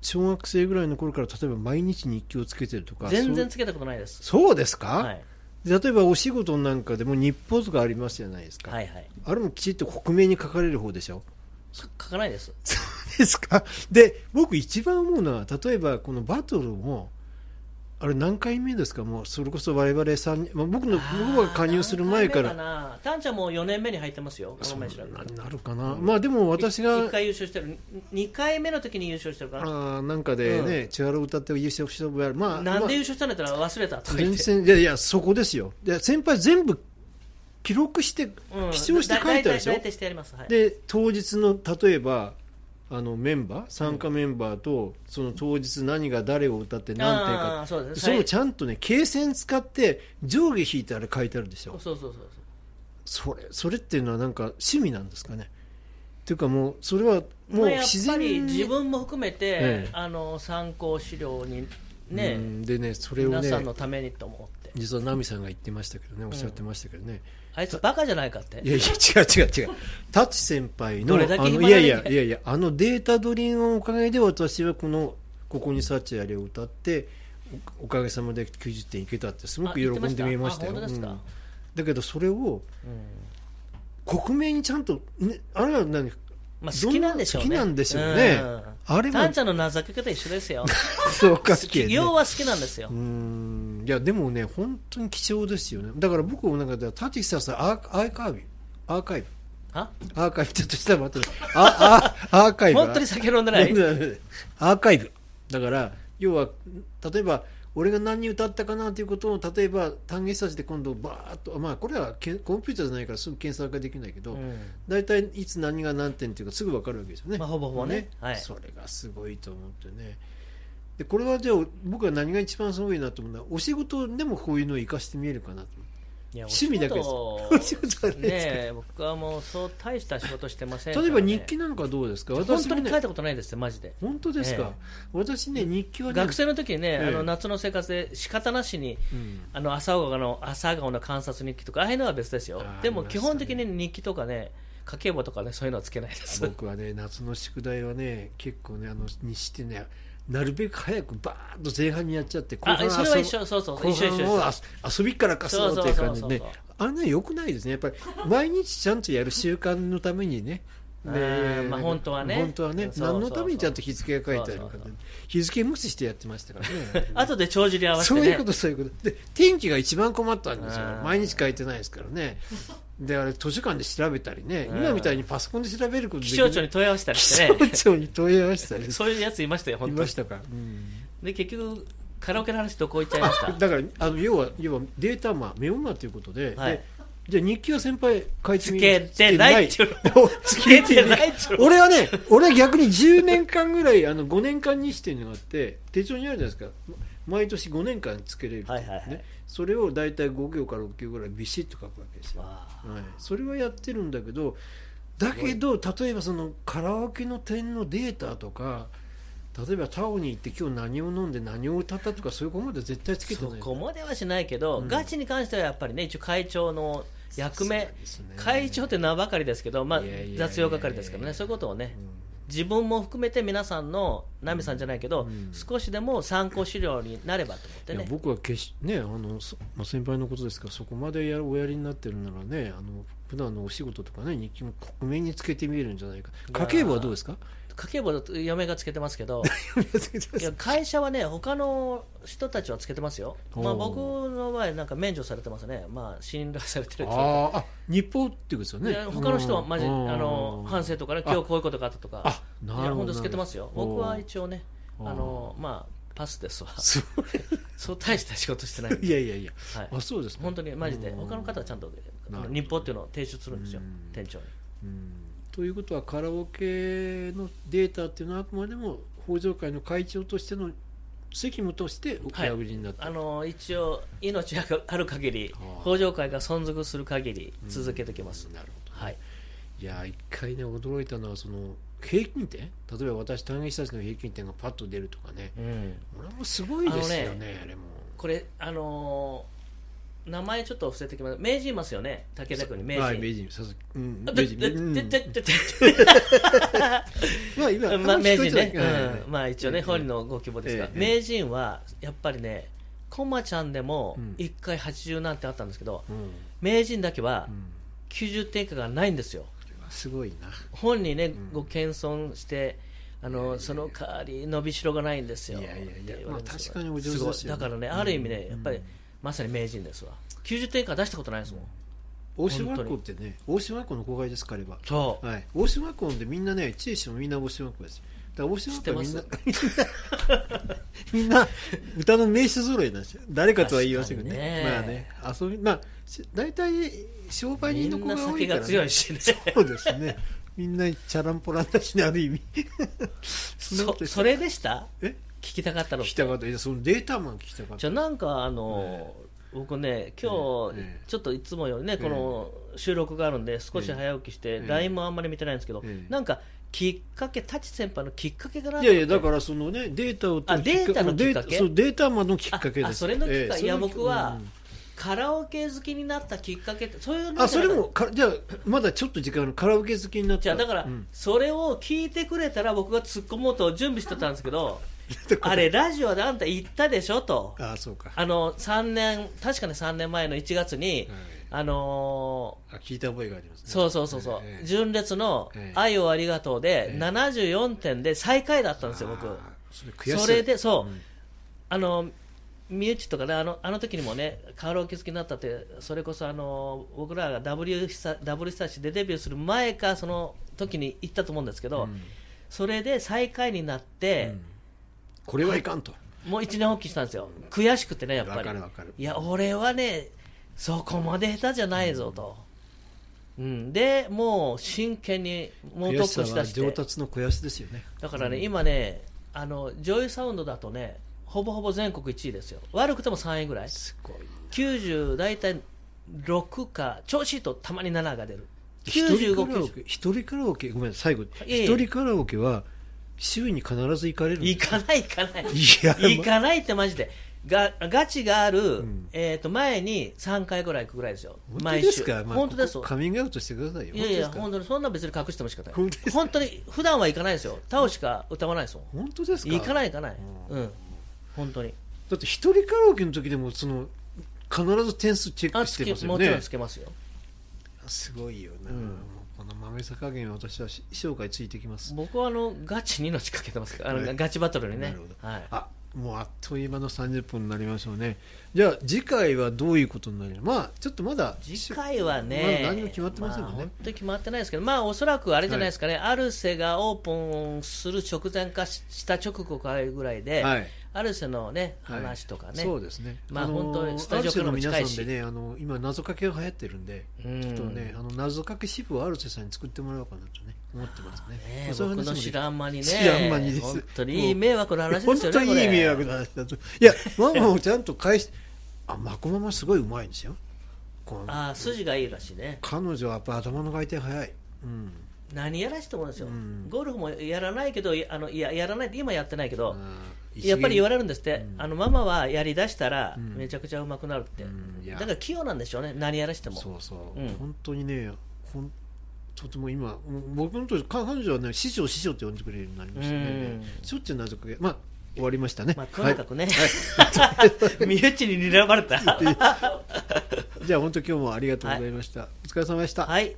[SPEAKER 1] 小学生ぐらいの頃から例えば毎日日記をつけてるとか
[SPEAKER 2] 全
[SPEAKER 1] そ
[SPEAKER 2] 然
[SPEAKER 1] う
[SPEAKER 2] つけたことないです
[SPEAKER 1] そうですか、
[SPEAKER 2] はい
[SPEAKER 1] 例えばお仕事なんかでも日報とかありますじゃないですか、
[SPEAKER 2] はいはい
[SPEAKER 1] あれもきちっと克明に書かれる方でしょ
[SPEAKER 2] 書書かないです
[SPEAKER 1] ですかで僕一番思うのは例えばこのバトルもあれ何回目ですかもうそれこそ我々3人、まあ、僕の僕が加入する前から
[SPEAKER 2] らタンちゃんも4年目に入ってますよこの前調べた
[SPEAKER 1] な
[SPEAKER 2] ら
[SPEAKER 1] なるかな、まあでも私
[SPEAKER 2] 1
[SPEAKER 1] が
[SPEAKER 2] 回優勝してる2回目の時に優勝してるから
[SPEAKER 1] あーなんかでね、千春を歌って優勝した覚えあるまあ
[SPEAKER 2] なんで
[SPEAKER 1] ま
[SPEAKER 2] 優勝したんだったら忘れたと
[SPEAKER 1] あ
[SPEAKER 2] か言っ
[SPEAKER 1] 全
[SPEAKER 2] て
[SPEAKER 1] 然いやいやそこですよで先輩全部記録して
[SPEAKER 2] うん
[SPEAKER 1] 記帳して書いてあるでしょ、
[SPEAKER 2] だだいたいしてやります、はい、
[SPEAKER 1] で当日の例えばあのメンバー参加メンバーと、その当日何が誰を歌って何点
[SPEAKER 2] あ
[SPEAKER 1] か
[SPEAKER 2] ーそうです
[SPEAKER 1] それをち
[SPEAKER 2] ゃ
[SPEAKER 1] ゃんとね経線使って上下引いてあれ書いてあるでしょ
[SPEAKER 2] そうそうそうそ
[SPEAKER 1] そ
[SPEAKER 2] う
[SPEAKER 1] れそれっていうのはなんか趣味なんですかねっていうかもうそれはも
[SPEAKER 2] ま
[SPEAKER 1] う
[SPEAKER 2] あやっ
[SPEAKER 1] 自
[SPEAKER 2] ぱ
[SPEAKER 1] 然
[SPEAKER 2] り
[SPEAKER 1] に
[SPEAKER 2] 自分も含めて、
[SPEAKER 1] ええ
[SPEAKER 2] あの参考資料にね
[SPEAKER 1] う、んでねそれを
[SPEAKER 2] 皆さん
[SPEAKER 1] ね
[SPEAKER 2] のためにと思って
[SPEAKER 1] 実は奈美さんが言ってましたけどねおっしゃってましたけどね、
[SPEAKER 2] あいつバカじゃないかって
[SPEAKER 1] いやいや違う違う違うタチ先輩の
[SPEAKER 2] どれだけ
[SPEAKER 1] あの
[SPEAKER 2] 暇
[SPEAKER 1] いや
[SPEAKER 2] だね
[SPEAKER 1] いやいやいやあのデータドリーのおかげで私はこの「ここにサチアリ」を歌っておおかげさまで90点いけたってすごく喜んでみましたよ
[SPEAKER 2] あ言ってましたあ
[SPEAKER 1] う
[SPEAKER 2] 本
[SPEAKER 1] んだけどそれを
[SPEAKER 2] 当ですか、うん
[SPEAKER 1] 克明にちゃんと、ね、あれは何
[SPEAKER 2] まあ、好きなんでしょうね
[SPEAKER 1] どんな好きなんでしょうねあれ
[SPEAKER 2] うん、
[SPEAKER 1] も
[SPEAKER 2] タンちゃんの情け方一緒ですよ
[SPEAKER 1] そうか
[SPEAKER 2] 好 き要は好きなんですよ、
[SPEAKER 1] うーんいやでもね本当に貴重ですよねだから僕の中ではタティサスアーカアーカイブアーカイブ
[SPEAKER 2] は
[SPEAKER 1] アーカイブちょっとしたら待ってああアーカイブ
[SPEAKER 2] 本当に酒飲んでない
[SPEAKER 1] アーカイブだから要は例えば俺が何歌ったかなということを例えば単元差しで今度バーッとまあこれはけんコンピューターじゃないからすぐ検索ができないけど、
[SPEAKER 2] うん
[SPEAKER 1] 大体いつ何が何点っていうかすぐ分かるわけですよね、
[SPEAKER 2] まあほぼほぼねはい
[SPEAKER 1] それがすごいと思ってねでこれはじゃあ僕は何が一番すごいなと思うのはお仕事でもこういうのを生かしてみえるかなと
[SPEAKER 2] いや
[SPEAKER 1] 趣味だけです
[SPEAKER 2] お
[SPEAKER 1] お仕
[SPEAKER 2] 仕
[SPEAKER 1] 事
[SPEAKER 2] 事
[SPEAKER 1] は
[SPEAKER 2] ね
[SPEAKER 1] ね
[SPEAKER 2] え僕はもうそう大した仕事してませんから、
[SPEAKER 1] 例
[SPEAKER 2] ね、
[SPEAKER 1] えば日記なんかはどうですか
[SPEAKER 2] 本当
[SPEAKER 1] も
[SPEAKER 2] に
[SPEAKER 1] ね
[SPEAKER 2] 書いたことないですよマジで
[SPEAKER 1] 本当ですか、私ね日記はね
[SPEAKER 2] 学、生の時にね、
[SPEAKER 1] ええ
[SPEAKER 2] あの夏の生活で仕方なしに
[SPEAKER 1] うん
[SPEAKER 2] あの朝顔の朝顔の観察日記とかああいうのは別ですよ
[SPEAKER 1] あー
[SPEAKER 2] でも
[SPEAKER 1] ありま
[SPEAKER 2] 基
[SPEAKER 1] したね
[SPEAKER 2] 本的に日記とかね家計簿とかねそういうのはつけないです
[SPEAKER 1] 僕はね夏の宿題はね結構ねあのにしてねなるべく早くバーッと前半にやっちゃって後
[SPEAKER 2] あ
[SPEAKER 1] 半
[SPEAKER 2] それは
[SPEAKER 1] 遊
[SPEAKER 2] 一緒そうそうそう
[SPEAKER 1] 後
[SPEAKER 2] 一緒一
[SPEAKER 1] 半を
[SPEAKER 2] 緒一緒
[SPEAKER 1] あ遊びからかそうという感じでね
[SPEAKER 2] そうそうそ
[SPEAKER 1] あ
[SPEAKER 2] う
[SPEAKER 1] れね良くないですねやっぱり毎日ちゃんとやる習慣のためにね
[SPEAKER 2] あ
[SPEAKER 1] ねな
[SPEAKER 2] ーまあ
[SPEAKER 1] んか
[SPEAKER 2] 本当はね
[SPEAKER 1] 本当はね
[SPEAKER 2] そうそうそう
[SPEAKER 1] 何のためにちゃんと日付が書いてあるか
[SPEAKER 2] そうそうそう
[SPEAKER 1] 日付無視してやってましたからね
[SPEAKER 2] あとで帳尻合わせ
[SPEAKER 1] そう
[SPEAKER 2] て
[SPEAKER 1] いう
[SPEAKER 2] ね
[SPEAKER 1] ことそういうことで天気が一番困ったんですよ
[SPEAKER 2] うん
[SPEAKER 1] 毎日書いてないですからねであれ図書館で調べたりね
[SPEAKER 2] うん
[SPEAKER 1] 今みたいにパソコンで調べることで
[SPEAKER 2] 気
[SPEAKER 1] き
[SPEAKER 2] 象
[SPEAKER 1] ない
[SPEAKER 2] 庁に問い合わせたり
[SPEAKER 1] 気
[SPEAKER 2] してね
[SPEAKER 1] 象庁に問い合わせたり
[SPEAKER 2] そういうやついましたよ
[SPEAKER 1] い
[SPEAKER 2] 本当
[SPEAKER 1] ま
[SPEAKER 2] に
[SPEAKER 1] したか、うん
[SPEAKER 2] で結局カラオケの話どこ行っちゃいました
[SPEAKER 1] だからあの要は要はデータマンメモマンということで,で、
[SPEAKER 2] はい
[SPEAKER 1] じゃあ日記は先輩書いて
[SPEAKER 2] つ
[SPEAKER 1] み
[SPEAKER 2] けてないっていうのつけてないっていうの
[SPEAKER 1] 俺はね、俺は逆に10年間ぐらい、あの5年間にしてるのがあって、手帳にあるじゃないですか、ま毎年5年間つけれるってう
[SPEAKER 4] は
[SPEAKER 1] ね
[SPEAKER 4] いはいはい
[SPEAKER 1] それを大体5行から6行ぐらいビシッと書くわけですよ、は
[SPEAKER 4] わ
[SPEAKER 1] い、それはやってるんだけど、だけど、例えばそのカラオケの点のデータとか、例えばタオに行って、今日何を飲んで、何を歌ったとか、そういうことまで絶対つけて
[SPEAKER 2] そ
[SPEAKER 1] ない。
[SPEAKER 2] こまではしないけど、
[SPEAKER 1] うん
[SPEAKER 2] ガチに関してはやっぱりね一応会長の役目、
[SPEAKER 1] そうですね
[SPEAKER 2] 会長って名ばかりですけど、まあ
[SPEAKER 1] いやいやいやい、や
[SPEAKER 2] 雑用係ですからね、そういうことを
[SPEAKER 1] う
[SPEAKER 2] ね、
[SPEAKER 1] ん
[SPEAKER 2] 自分も含めて皆さんの、ナミさんじゃないけど、
[SPEAKER 1] うん
[SPEAKER 2] 少しでも参考資料になればと思って
[SPEAKER 1] いや
[SPEAKER 2] ね、
[SPEAKER 1] 僕は決し、ねあのそまあ、先輩のことですからそこまでやおやりになってるならねあの普段のお仕事とかね日記も克明につけてみるんじゃないか
[SPEAKER 2] いやー
[SPEAKER 1] 家計簿はどうですか
[SPEAKER 2] 家計簿だと嫁がつけてます けど、
[SPEAKER 1] つけてま
[SPEAKER 2] い
[SPEAKER 1] す
[SPEAKER 2] や会社はね、他の人たちはつけてますよ、
[SPEAKER 1] おー
[SPEAKER 2] まあ、僕の場合、なんか免除されてますね、まあ、信頼されてるというか
[SPEAKER 1] あーあ日報っていうことですよ
[SPEAKER 2] い
[SPEAKER 1] ね
[SPEAKER 2] や他の人はマジ、あ
[SPEAKER 1] うん
[SPEAKER 2] の反省とかね、今日こういうことがあったとか、
[SPEAKER 1] あ
[SPEAKER 2] い
[SPEAKER 1] なるほど
[SPEAKER 2] や本当つけてますよ、僕は
[SPEAKER 1] 応
[SPEAKER 2] 一応ね、あのまあ、パスですわ、
[SPEAKER 1] そ
[SPEAKER 2] そう大した仕事してないん で
[SPEAKER 1] いやいやいや
[SPEAKER 2] はい
[SPEAKER 1] あそうですね
[SPEAKER 2] 本当にマジで
[SPEAKER 1] うん
[SPEAKER 2] 他の方はちゃんと
[SPEAKER 1] なるほど
[SPEAKER 2] 日報っていうのを提出するんですよ
[SPEAKER 1] うん
[SPEAKER 2] 店長に
[SPEAKER 1] うんということはカラオケのデータっていうのはあくまでも法上会の会長としての責務としてお
[SPEAKER 2] はい
[SPEAKER 1] 破りになった、
[SPEAKER 2] あの一応命がある限り
[SPEAKER 1] あー
[SPEAKER 2] 北条会が存続する限り続けてきます
[SPEAKER 1] うんなるほど
[SPEAKER 2] はい
[SPEAKER 1] いやー一回ね驚いたのはその平均点例えば私単元たちの平均点がパッと出るとかねこれもすごいですよねあ
[SPEAKER 2] あの
[SPEAKER 1] れも
[SPEAKER 2] これあのー名前ちょっと伏せてきます名人いますよね武田君に名人
[SPEAKER 1] はい名人佐々木うん
[SPEAKER 2] あ
[SPEAKER 1] 名
[SPEAKER 2] で
[SPEAKER 1] 人
[SPEAKER 2] で
[SPEAKER 1] うん
[SPEAKER 2] でででで
[SPEAKER 1] まあ今
[SPEAKER 2] まあ名人ね、
[SPEAKER 1] はいはいはい
[SPEAKER 2] うんまあ一応ね、
[SPEAKER 1] ええ
[SPEAKER 2] 本人のご希望ですが
[SPEAKER 1] え、え
[SPEAKER 2] 名人はやっぱりね、コマちゃんでも
[SPEAKER 1] うん
[SPEAKER 2] 1回80なんてあったんですけど、
[SPEAKER 1] うんうん
[SPEAKER 2] 名人だけは90点以下がないんですよ、
[SPEAKER 1] すごいな
[SPEAKER 2] 本人ね
[SPEAKER 1] ん、
[SPEAKER 2] ご謙遜して、あ
[SPEAKER 1] いやいやい
[SPEAKER 2] の
[SPEAKER 1] や
[SPEAKER 2] その代わり伸びしろがないんですよ
[SPEAKER 1] いやいやいや
[SPEAKER 2] って言われるんですよ
[SPEAKER 1] まあ確かにお上手ですよ
[SPEAKER 2] ごいだからね、ある意味
[SPEAKER 1] う
[SPEAKER 2] ね
[SPEAKER 1] ん、
[SPEAKER 2] やっぱり
[SPEAKER 1] うん
[SPEAKER 2] まさに名人ですわ、90点以下出したことないですもん、
[SPEAKER 1] 大島学校ってね大島学校の後輩です彼は
[SPEAKER 2] そう、
[SPEAKER 1] はい大島学校でみんなね知恵もみんな大島学校ですだから大島学校はみんなみんな歌の名手揃いなんですよ誰かとは言いませんけどね
[SPEAKER 2] 確かにね
[SPEAKER 1] まあね遊びまあし大体商売
[SPEAKER 2] み
[SPEAKER 1] 人の
[SPEAKER 2] ん
[SPEAKER 1] 子
[SPEAKER 2] な
[SPEAKER 1] が多
[SPEAKER 2] 先
[SPEAKER 1] いから、
[SPEAKER 2] が
[SPEAKER 1] ね、
[SPEAKER 2] 強いしね。
[SPEAKER 1] そうですねみんなチャランポランだしねある意味んなこと
[SPEAKER 2] そ
[SPEAKER 1] 言って
[SPEAKER 2] それでした
[SPEAKER 1] え
[SPEAKER 2] 聞きたかった
[SPEAKER 1] 聞
[SPEAKER 2] のっ
[SPEAKER 1] き
[SPEAKER 2] て
[SPEAKER 1] たかったいやそのデータマン聞きたかっ
[SPEAKER 2] じゃ
[SPEAKER 1] た
[SPEAKER 2] あなんかあの、僕ね今日、
[SPEAKER 1] ええ
[SPEAKER 2] ちょっといつもよりね、この収録があるんで少し早起きして、
[SPEAKER 1] ええ
[SPEAKER 2] LINE もあんまり見てないんですけど、
[SPEAKER 1] ええ
[SPEAKER 2] なんかきっかけ舘先輩のきっかけかなと思っ
[SPEAKER 1] い
[SPEAKER 2] て
[SPEAKER 1] やいやだからそのねデータを
[SPEAKER 2] あデータのきっかけ
[SPEAKER 1] データそうデータマンのきっかけです
[SPEAKER 2] ああそれのきっかけ
[SPEAKER 1] ええ
[SPEAKER 2] いや僕は
[SPEAKER 1] うん
[SPEAKER 2] カラオケ好きになったきっかけってそういうのじゃな
[SPEAKER 1] あ
[SPEAKER 2] い
[SPEAKER 1] それもかじゃあまだちょっと時間あるカラオケ好きになった
[SPEAKER 2] じゃあだから、
[SPEAKER 1] うん
[SPEAKER 2] それを聞いてくれたら僕が突っ込もうと準備してたんです けどあれラジオであんた言ったでしょと
[SPEAKER 1] あそうか
[SPEAKER 2] あの3年確かに3年前の1月に、
[SPEAKER 1] はい
[SPEAKER 2] あのー
[SPEAKER 1] あ聞いた覚えがありますね
[SPEAKER 2] そうそうそうそう、
[SPEAKER 1] ええ
[SPEAKER 2] 純烈の
[SPEAKER 1] ええ
[SPEAKER 2] 「愛をありがとうで」
[SPEAKER 1] ええ
[SPEAKER 2] 74点で最下位だったんですよ、
[SPEAKER 1] あー
[SPEAKER 2] 僕、
[SPEAKER 1] それ悔しい
[SPEAKER 2] それでそう
[SPEAKER 1] うん
[SPEAKER 2] あの身内とかねあの、あの時にもね、カラオケ好きになったって、それこそあの僕らが W 久ダブルスターでデビューする前か、その時に行ったと思うんですけど、
[SPEAKER 1] うん
[SPEAKER 2] それで最下位になっ
[SPEAKER 1] う
[SPEAKER 2] て、
[SPEAKER 1] んこれはいかんと
[SPEAKER 2] もう一年放棄したんですよ、悔しくてね、やっぱ
[SPEAKER 1] わ
[SPEAKER 2] り
[SPEAKER 1] か。るわかる
[SPEAKER 2] いや、俺はね、そこまで下手じゃないぞと。うん、でもう真剣に猛
[SPEAKER 1] 悔
[SPEAKER 2] 特
[SPEAKER 1] しさ
[SPEAKER 2] 訓しだ
[SPEAKER 1] は
[SPEAKER 2] して
[SPEAKER 1] 上達の悔しですよね
[SPEAKER 2] だからね、今ね、あの上位サウンドだとね、ほぼほぼ全国1位ですよ、悪くても3位ぐらい、
[SPEAKER 1] すごい
[SPEAKER 2] 90、大体6か、調子いいとたまに7が出る、
[SPEAKER 1] 一人カラオ
[SPEAKER 2] 95、
[SPEAKER 1] ケ一人カラオケごめんなさい最後
[SPEAKER 2] いえいえ
[SPEAKER 1] 一人カラオケは週に必ず行かれるんで
[SPEAKER 2] 90、
[SPEAKER 1] す
[SPEAKER 2] 行かない、行かない、
[SPEAKER 1] いや
[SPEAKER 2] 行かないってマジで、がガチがある、
[SPEAKER 1] ん
[SPEAKER 2] えー、と前に3回ぐらい行くぐらいですよ、
[SPEAKER 1] 本当
[SPEAKER 2] 毎
[SPEAKER 1] です
[SPEAKER 2] 週、
[SPEAKER 1] かまあ
[SPEAKER 2] 本当です
[SPEAKER 1] ここカミングアウトしてくださいよ
[SPEAKER 2] いやいや、
[SPEAKER 1] 本
[SPEAKER 2] 本当にそんな別に隠しても仕方な
[SPEAKER 1] 本当です
[SPEAKER 2] い、本当に普段は行かないですよ、タオしか歌わないですもん、
[SPEAKER 1] 当ですか
[SPEAKER 2] 行かない、行かない、
[SPEAKER 1] う
[SPEAKER 2] うん、本当に。
[SPEAKER 1] だって一人カラオケの時でもその必ず点数チェッ
[SPEAKER 2] あ
[SPEAKER 1] クし
[SPEAKER 2] つ
[SPEAKER 1] て
[SPEAKER 2] け
[SPEAKER 1] ますよ
[SPEAKER 2] もちろ
[SPEAKER 1] ね
[SPEAKER 2] んつけますよ
[SPEAKER 1] すごいよな、
[SPEAKER 2] うん
[SPEAKER 1] もうこの豆さ加減は私はし生涯ついてきます
[SPEAKER 2] 僕はあのガチに命かけてますからあの、
[SPEAKER 1] はい
[SPEAKER 2] ガチバトルに
[SPEAKER 1] な
[SPEAKER 2] ね
[SPEAKER 1] るほど、
[SPEAKER 2] はい、
[SPEAKER 1] あもうあっという間の30分になりましょうねじゃあ次回はどういうことになるまあちょっとまだ
[SPEAKER 2] 次回はね、
[SPEAKER 1] まあ何も決まってませんもん
[SPEAKER 2] まあ
[SPEAKER 1] ね
[SPEAKER 2] 本、当に決まってないですけど、まあ、おそらくあれじゃないですかね、アルセがオープンする直前かしした直後かぐらいで、
[SPEAKER 1] はい
[SPEAKER 2] ある種のね
[SPEAKER 1] はい
[SPEAKER 2] 話とかね、
[SPEAKER 1] そうですね。
[SPEAKER 2] まあ
[SPEAKER 1] のー
[SPEAKER 2] 本当にスタジオからも近いし
[SPEAKER 1] アルセの皆さんでね、あの今謎かけが流行ってるんで、
[SPEAKER 2] うん
[SPEAKER 1] ちょっとね、あの謎かけ支部をアルセさんに作ってもらおうかなとね思ってますね。
[SPEAKER 2] ね
[SPEAKER 1] まあそういう
[SPEAKER 2] 僕
[SPEAKER 1] 話も
[SPEAKER 2] の
[SPEAKER 1] ね
[SPEAKER 2] 知らん間にね
[SPEAKER 1] 知らん間にです
[SPEAKER 2] 本当にいい迷惑な話で
[SPEAKER 1] 本
[SPEAKER 2] すよね
[SPEAKER 1] 当にいい
[SPEAKER 2] これ
[SPEAKER 1] 迷惑な話だと。いや、ママをちゃんと返して、あ、マコママすごいうまいんですよ。この
[SPEAKER 2] ああ筋がいいらしいね
[SPEAKER 1] 彼女はやっぱ頭の回転早い。うん。
[SPEAKER 2] 何やらしてもらうんですよ、
[SPEAKER 1] うん
[SPEAKER 2] ゴルフもやらないけどいあのいややらないって今やってないけど、
[SPEAKER 1] うん
[SPEAKER 2] やっぱり言わ
[SPEAKER 1] れ
[SPEAKER 2] れるんですって、
[SPEAKER 1] うん
[SPEAKER 2] あのママはやりだしたら
[SPEAKER 1] うん
[SPEAKER 2] めちゃくちゃうまくなるって、
[SPEAKER 1] うんいや
[SPEAKER 2] だから器用なんでしょうね何やらしても
[SPEAKER 1] そうそう、
[SPEAKER 2] うん
[SPEAKER 1] 本当にね、ほんとても今、うん僕の当時、彼女はね、師匠、師匠って呼んでくれるようになりましたね。しょっちゅう謎かけ、まあ、終わりましたね。
[SPEAKER 2] まあ、とにかくね、
[SPEAKER 1] はいは
[SPEAKER 2] 身内に睨まれた
[SPEAKER 1] い、じゃあ、本当今日もありがとうございました。お疲れ様でした。
[SPEAKER 2] はい